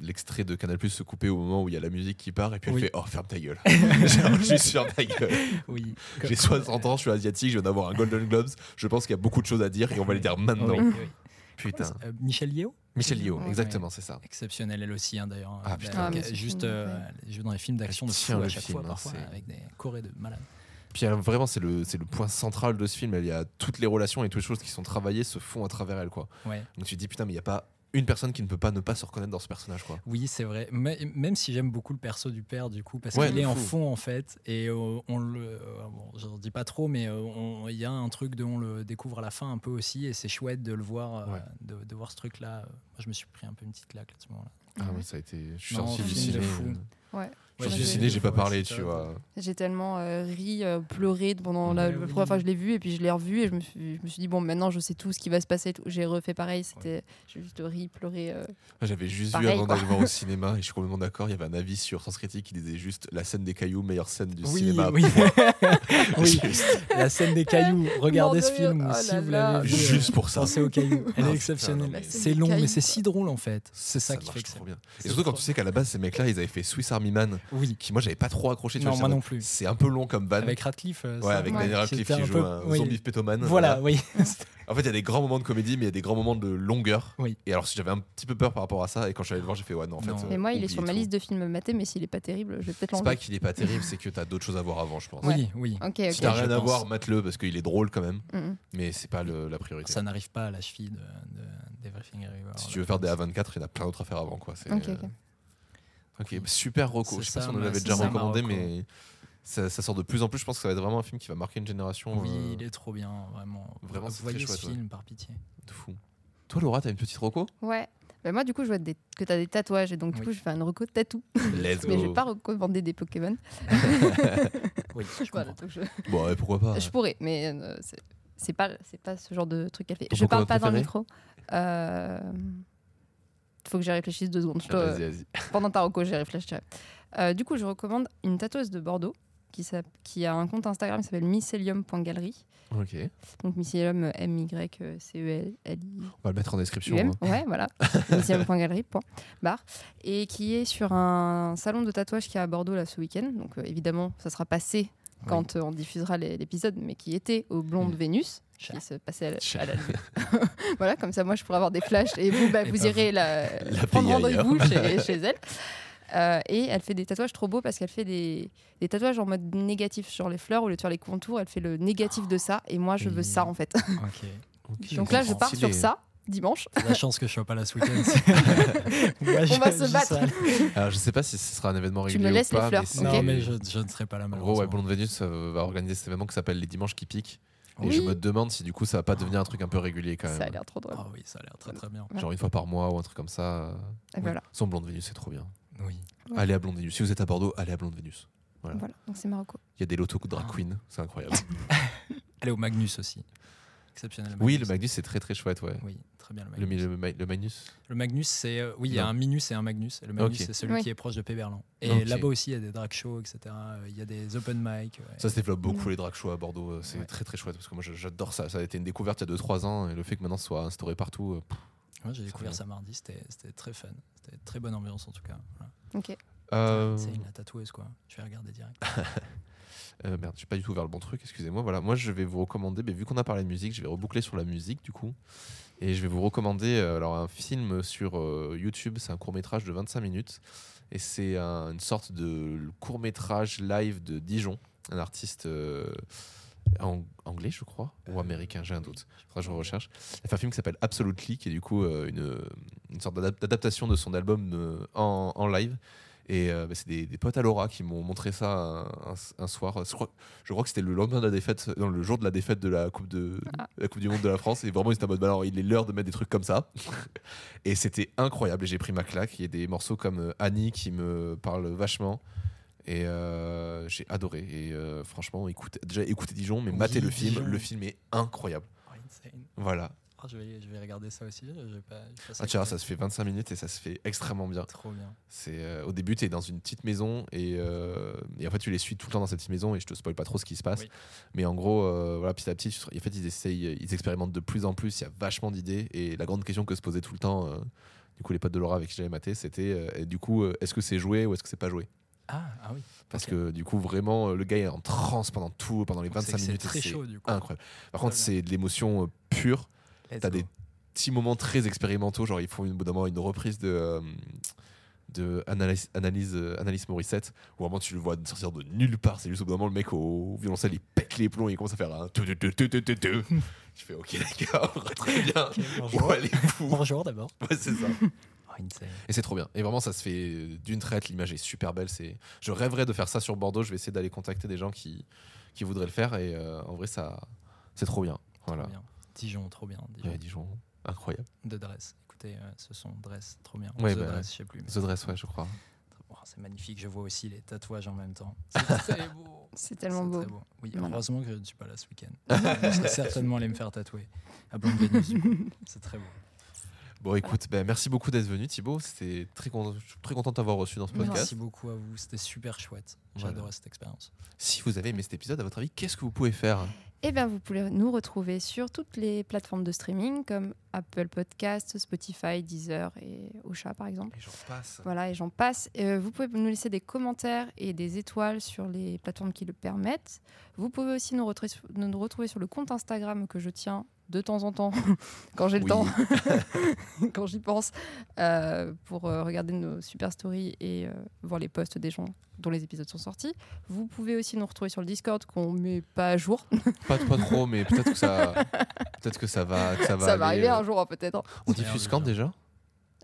B: l'extrait de Canal Plus se coupait au moment où il y a la musique qui part. Et puis elle
A: Oui.
B: fait Oh, ferme ta gueule. Genre, Juste ferme ta gueule.
A: Oui.
B: J'ai 60 ans, je suis asiatique, je viens d'avoir un Golden Globes. Je pense qu'il y a beaucoup de choses à dire et on va les dire maintenant.
A: Oui, oui.
B: Putain.
A: Euh, Michel Yeo
B: Michel Lio,
C: Ouais.
B: exactement, c'est ça.
A: Exceptionnelle, elle aussi, hein, d'ailleurs.
B: Ah,
A: Euh,
B: putain.
C: Ah, mais
A: euh,
C: ce
A: Juste,
C: film,
A: euh,
C: ouais.
A: elle joue dans les films d'action
B: Elle
A: de fou
B: tient le
A: à chaque
B: film,
A: fois,
B: hein,
A: parfois,
B: c'est-
A: avec des corées de malades.
B: Puis euh, vraiment, c'est le, c'est le point central de ce film. Il y a toutes les relations et toutes les choses qui sont travaillées se font à travers elle. Quoi.
A: Ouais.
B: Donc tu te dis, putain, mais il n'y a pas une personne qui ne peut pas ne pas se reconnaître dans ce personnage. Quoi.
A: Oui, c'est vrai. Mais- même si j'aime beaucoup le perso du père, du coup, parce
B: Ouais,
A: qu'il
B: de
A: est en
B: fou.
A: fond, en fait. Et euh, on le. euh, bon, j'en dis pas trop, mais euh, on- il y a un truc dont on le découvre à la fin un peu aussi. Et c'est chouette de le voir, euh,
B: Ouais.
A: de, de voir ce truc-là. Moi, je me suis pris un peu une petite claque à ce moment-là.
B: Ah,
C: Ouais.
B: mais ça a été. Je suis
A: Non,
B: sorti du
A: film de
B: ciné.
A: fou.
B: euh,
C: Ouais.
B: Je suis sorti
C: Ouais,
B: du
C: c'est-
B: ciné, j'ai pas
A: ouais,
B: parlé,
A: c'est
B: tu
A: top.
B: vois.
C: J'ai tellement euh, ri, euh, pleuré pendant la,
A: Ouais,
C: la
A: oui.
C: première fois que je l'ai vu et puis je l'ai revu et je me, suis, je me suis dit bon maintenant je sais tout ce qui va se passer. et tout. J'ai refait pareil, c'était j'ai juste ri, pleuré. euh.
B: Ah, J'avais juste vu
C: Pareil,
B: avant
C: quoi.
B: d'aller voir au cinéma et je suis complètement d'accord. Il y avait un avis sur Sens Critique qui disait juste la scène des cailloux, meilleure scène du
A: Oui,
B: cinéma.
A: oui. oui.
B: Juste,
A: La scène des cailloux. Regardez
C: Mort
A: ce
C: de rire.
A: film
C: Oh
A: si
C: là
A: vous
C: là.
A: l'avez vu. euh,
B: juste pour ça.
A: Pensez aux cailloux. Elle
B: Ah,
A: est
B: putain,
A: exceptionnelle.
B: non, mais-
A: C'est
C: des
A: long,
C: cailloux,
A: mais c'est
C: quoi.
A: si drôle en fait. C'est ça, qui
B: marche
A: fait que c'est-
B: trop bien. Et
A: c'est
B: surtout quand
A: trop-
B: tu sais qu'à la base, ces mecs-là, ils avaient fait Swiss Army Man,
A: Oui.
B: qui moi, j'avais pas trop accroché. tu
A: Non,
B: vois,
A: moi
B: j'étais en
A: non
B: mode,
A: plus.
B: C'est un peu long comme van.
A: Avec Ratcliffe. euh,
B: Ah, Ouais,
A: ça,
B: avec
C: ouais.
B: Daniel Radcliffe
A: C'était
B: qui
A: un
B: joue
A: peu-
B: un
A: oui.
B: zombie pétomane.
A: Voilà, oui.
B: En fait, il y a des grands moments de comédie, mais il y a des grands moments de longueur.
A: Oui.
B: Et alors, si j'avais un petit peu peur par rapport à ça, et quand je suis allé le voir, j'ai fait ouais, non, en fait.
A: Non.
B: euh,
A: Mais
C: Mais moi il est
B: oubliez
C: sur ma
B: tout.
C: liste de films à mater mais s'il est pas terrible je vais peut-être
B: C'est pas
C: l'enlever.
B: qu'il est pas terrible, c'est que t'as d'autres choses à voir avant, je pense.
C: Ouais.
A: Oui, oui.
C: Ok
B: Si
C: ok.
B: t'as
A: je
B: rien à
A: pense.
B: voir, mate-le parce qu'il est drôle quand même,
C: Mm, mm.
B: mais c'est pas le- la priorité.
A: Ça n'arrive pas à la cheville de, de- d'Everything Everywhere.
B: si tu veux faire des A24, il y en a plein d'autres à faire avant. Quoi. C'est,
C: Ok,
B: euh,
C: ok.
B: ok, super Rocco.
A: C'est
B: Je sais pas
A: ça,
B: si on nous
A: ma-
B: l'avait
A: c'est
B: déjà
A: ça, ma
B: recommandé,
A: reco.
B: mais ça, ça sort de plus en plus. Je pense que ça va être vraiment un film qui va marquer une génération.
A: Oui,
B: euh,
A: il est trop bien, vraiment.
B: Vraiment, c'est
A: Vous voyez
B: très
A: ce
B: chouette,
A: film, par pitié.
B: de fou. Toi, Laura, t'as une petite roco
C: Ouais. Bah moi, du coup, je vois des- que tu as des tatouages et donc, du
A: Oui.
C: coup, je vais faire une reco de tatou.
B: Let's
C: Mais je vais pas recommander des Pokémon.
A: Oui, je
C: Voilà,
A: comprends.
C: donc je,
B: Bon, ouais, pourquoi pas
C: je pourrais, mais euh, c'est- c'est pas, c'est pas ce genre de truc qu'elle fait.
B: Ton
C: je parle
B: Pokémon
C: pas dans le
B: préféré
C: micro. Euh, faut que j'y réfléchisse deux secondes. Je te-
B: Vas-y, vas-y.
C: pendant ta reco, j'y réfléchirai. Euh, du coup, je recommande une tatoueuse de Bordeaux qui, s'app- qui a un compte Instagram qui s'appelle mycelium.gallery.
B: Ok.
C: Donc mycelium, euh, M-Y-C-E-L-I.
B: On va le mettre en description.
C: UM,
B: hein.
C: ouais, voilà. Initial.galerie, point, barre. Et qui est sur un salon de tatouage qui est à Bordeaux là ce week-end. Donc euh, évidemment, ça sera passé quand euh, on diffusera les- l'épisode, mais qui était au Blonde
A: Mm.
C: Vénus.
A: Chat.
C: Qui se passait à la-
B: Chat.
C: à la nuit. voilà, comme ça, moi, je pourrais avoir des flashs et vous, bah,
A: Et
C: vous
A: pas
C: irez la,
B: Eh ben, La
C: prendre
B: payer
C: rendez-vous chez, chez elle. Euh, et elle fait des tatouages trop beaux parce qu'elle fait des, des tatouages en mode négatif sur les fleurs au lieu de faire les contours. Elle fait le négatif de ça et moi je veux ça
B: Oh,
C: en fait.
A: Ok.
B: Ok.
C: Donc là je pars sur
B: Stylé.
C: ça dimanche.
A: C'est la chance que je sois pas là ce week-end. Moi,
C: On
A: je-
C: va se
A: je
C: battre.
A: serai-
B: Alors, je sais pas si ce sera un événement
C: Tu
B: régulier.
C: me laisses
B: ou
C: les
B: pas,
C: fleurs,
B: c'est-
A: Non,
C: Ok.
A: mais je, je ne serai pas là
B: En gros,
A: malheureusement.
B: ouais, Blonde Vénus euh, va organiser cet événement qui s'appelle Les Dimanches qui piquent. Et
C: Oui. Ah.
B: je me demande si du coup ça va pas devenir un truc un peu régulier quand
C: Ça a
B: même.
C: l'air trop drôle.
A: Ah oui, ça a l'air très très bien.
B: Genre une fois par mois ou un truc comme ça. euh,
C: Et voilà.
B: Sans Blonde Vénus, c'est trop bien.
A: Oui.
C: Ouais.
B: Allez à Blonde Vénus. Si vous êtes à Bordeaux, allez à Blonde Vénus. Voilà.
C: Voilà, donc c'est Marocco.
B: Il y a des
C: Ah.
B: lotos drag queen, c'est incroyable.
A: Allez au Magnus aussi. Exceptionnel.
B: oui, le Magnus, c'est très très chouette, ouais.
A: Oui, très bien le
B: Le,
A: Magnus.
B: mi-
A: Le,
B: le, ma- le Magnus
A: Magnus, c'est. euh, oui, il y a
B: Non.
A: un Minus et un Magnus. Et le Magnus,
B: Ok.
A: c'est celui
C: Oui.
A: qui est proche de Péberlan. Et
B: Ok.
A: là-bas aussi, il y a des drag shows, etc. Euh, Il y a des open mic. ouais.
B: Ça se développe beaucoup
C: Mm.
B: les drag shows à Bordeaux, euh, c'est
A: Ouais.
B: très très chouette parce que moi je- j'adore ça. Ça a été une découverte il y a 2-3 ans et le fait que maintenant ce soit instauré partout. euh, pff.
A: Moi, j'ai découvert
B: bien.
A: ça mardi. C'était c'était très fun. C'était très bonne ambiance en tout cas. Voilà.
C: Ok.
B: Euh,
A: C'est une la tatoueuse quoi. Je vais regarder direct.
B: Euh, merde, je suis pas du tout vers le bon truc, excusez-moi. Voilà, moi je vais vous recommander, mais vu qu'on a parlé de musique, je vais reboucler sur la musique du coup. Et je vais vous recommander euh, alors, un film sur euh, YouTube, c'est un court métrage de 25 minutes. Et c'est un- une sorte de court métrage live de Dijon, un artiste euh, ang- anglais, je crois, ou
A: Euh,
B: américain, j'ai un doute. Faudra que je recherche. Elle fait un film qui s'appelle Absolutely, qui est du coup euh, une, une sorte d'adap- d'adaptation de son album euh, en, en live. Et euh, bah, c'est des, des potes à Laura qui m'ont montré ça un, un- un soir. Je crois, je crois que c'était le lendemain de la défaite, non, le jour de la défaite de la Coupe, de,
C: Ah.
B: la coupe du Monde de la France. Et vraiment, ils étaient en mode, bah, alors, il est l'heure de mettre des trucs comme ça. et c'était incroyable. Et j'ai pris ma claque. Il y a des morceaux comme euh, Annie qui me parlent vachement. Et euh, j'ai adoré. Et euh, franchement, écoutez, déjà écoutez Dijon, mais
A: Oui,
B: matez le film.
A: Dijon.
B: Le film est incroyable.
A: Oh, insane.
B: Voilà.
A: Oh, je, vais, je vais regarder ça aussi. Je vais pas, je vais passer
B: Ah,
A: à
B: tu verras,
A: côté.
B: ça se fait 25 minutes et ça se fait extrêmement bien.
A: Trop bien.
B: C'est euh, au début, tu es dans une petite maison et, euh, et en fait, tu les suis tout le temps dans cette petite maison et je te spoil pas trop ce qui se passe.
A: Oui.
B: Mais en gros, euh, voilà, petit à petit, tu te- en fait, ils essayent, ils expérimentent de plus en plus. Il y a vachement d'idées et la grande question que se posaient tout le temps, euh, du coup, les potes de Laura avec qui j'avais maté, c'était euh, et du coup, euh, est-ce que c'est joué ou est-ce que c'est pas joué
A: Ah, ah oui.
B: Parce
A: Ok.
B: que du coup, vraiment, euh, le gars est en transe pendant tout, pendant les
A: Donc, c'est
B: 25
A: que
B: minutes.
A: C'est
B: et
A: très
B: c'est
A: chaud Ah du coup.
B: Incroyable. Par contre,
A: bien.
B: c'est de l'émotion euh, pure
A: Let's
B: t'as
A: go.
B: des petits moments très expérimentaux. Genre, ils font une, notamment une reprise de, euh, de Analyse, Analyse, euh, Analyse Morissette, où vraiment tu le vois sortir de nulle part. C'est juste au bout d'un moment, le mec au violoncelle, il pète les plombs et il commence à faire un. tout, tout, tout, tout, tout, tout, tout. Je fais, ok, d'accord, très bien.
A: Ok, bonjour.
B: Où allez-vous
A: Bonjour d'abord.
B: Ouais, c'est ça.
A: Oh, insane.
B: Et c'est trop bien. Et vraiment, ça se fait d'une traite. L'image est super belle. C'est... Je rêverais de faire ça sur Bordeaux. Je vais essayer d'aller contacter des gens qui, qui voudraient le faire. Et euh, en vrai, ça, c'est trop bien. Voilà.
A: Trop bien. Dijon, trop bien. Dijon.
B: Ouais, Dijon, incroyable.
A: De Dress. Écoutez, euh, ce sont Dress, trop bien.
B: Ouais,
A: The
B: bah,
A: Dress, je sais plus. mais-
B: The Dress, ouais, je crois.
A: Oh, c'est magnifique, je vois aussi les tatouages en même temps. C'est très beau.
C: C'est tellement beau.
A: très Oui,
C: Voilà.
A: heureusement que je ne suis pas là ce week-end. je serais certainement allé me faire tatouer à Blonde Vénus. du coup. C'est très beau.
B: Bon, écoute, ben, merci beaucoup d'être venu, Thibaut. C'était très content, je suis très content de t'avoir reçu dans ce podcast.
A: Merci beaucoup à vous, c'était super chouette.
B: Voilà.
A: J'adorais cette expérience.
B: Si vous avez aimé cet épisode, à votre avis, qu'est-ce que vous pouvez faire
C: Eh bien, vous pouvez nous retrouver sur toutes les plateformes de streaming comme Apple Podcast, Spotify, Deezer et Ocha par exemple.
B: Les gens passent.
C: Voilà, et j'en passe. Euh, vous pouvez nous laisser des commentaires et des étoiles sur les plateformes qui le permettent. Vous pouvez aussi nous, retrouver sur- nous retrouver sur le compte Instagram que je tiens de temps en temps, quand j'ai le
B: Oui.
C: temps, quand j'y pense, euh, pour euh, regarder nos super stories et euh, voir les posts des gens dont les épisodes sont sortis. Vous pouvez aussi nous retrouver sur le Discord qu'on met pas à jour.
B: Pas, pas trop, mais peut-être que ça, peut-être que ça va, que ça va.
C: Ça va
B: aller,
C: arriver
B: euh,
C: un jour hein, peut-être.
B: On diffuse quand déjà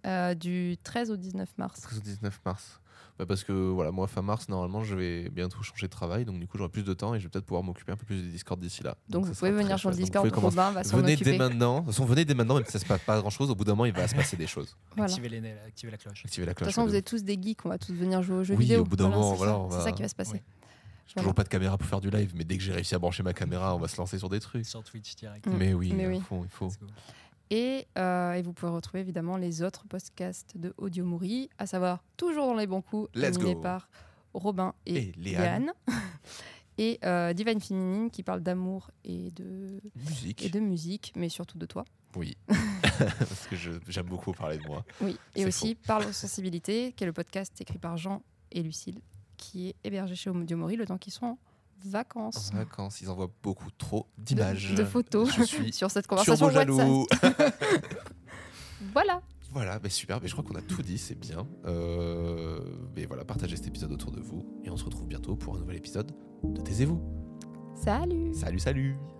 C: Euh, du 13 au 19 mars.
B: 13 ou 19 mars. Bah, parce que voilà, moi, fin mars, normalement, je vais bientôt changer de travail, donc du coup, j'aurai plus de temps et je vais peut-être pouvoir m'occuper un peu plus du Discord d'ici là.
C: Donc, vous
B: ça sera
C: pouvez venir
B: très
C: sur le
B: chouette. Donc,
C: Discord,
B: vous pouvez
C: Robin va s'en
B: commencer- Venez dès
C: occuper.
B: maintenant. De toute façon, venez dès maintenant, même si ça se passe pas grand chose, au bout d'un moment, il va se passer des choses.
C: Voilà. De
A: Activez, les, nez- activez la cloche.
B: Activez la
C: toute
B: cloche.
C: façon,
B: les
C: vous
B: deux.
C: êtes tous des geeks, on va tous venir jouer aux jeux
B: Oui,
C: vidéo.
B: au bout d'un moment,
C: c'est
B: voilà,
C: ça.
B: on
C: C'est
B: va-
C: ça qui va se passer.
A: Oui.
B: J'ai
C: Voilà.
B: toujours pas de caméra pour faire du live, mais dès que j'ai réussi à brancher ma caméra, on va se lancer sur des trucs.
A: Sur Twitch direct.
C: Mm.
B: Mais oui,
C: Mais
B: il
C: oui.
B: faut. Il faut.
A: Let's go.
C: Et, euh, et vous pouvez retrouver évidemment les autres podcasts de Audio Mourir, à savoir toujours dans les bons coups,
B: Let's
C: animé
B: go.
C: par Robin et,
B: Et Léane.
C: Léane. et euh, Divine Féminine qui parle d'amour et de,
B: Musique.
C: et de musique, mais surtout de toi.
B: Oui. Parce que je- j'aime beaucoup parler de moi.
C: Oui, et
B: C'est
C: aussi Parle aux sensibilités, qui est le podcast écrit par Jean et Lucille, qui est hébergé chez Audio Mori le temps qu'ils sont en vacances.
B: En vacances, ils envoient beaucoup trop d'images.
C: Mm. De, de photos
B: Je suis
C: sur cette
B: turbo
C: conversation WhatsApp.
B: jaloux.
C: Voilà.
B: voilà, mais super. Mais je crois qu'on a tout dit, c'est bien. Euh, mais voilà, partagez cet épisode autour de vous. Et on se retrouve bientôt pour un nouvel épisode de Taisez-vous.
C: Salut.
B: Salut, salut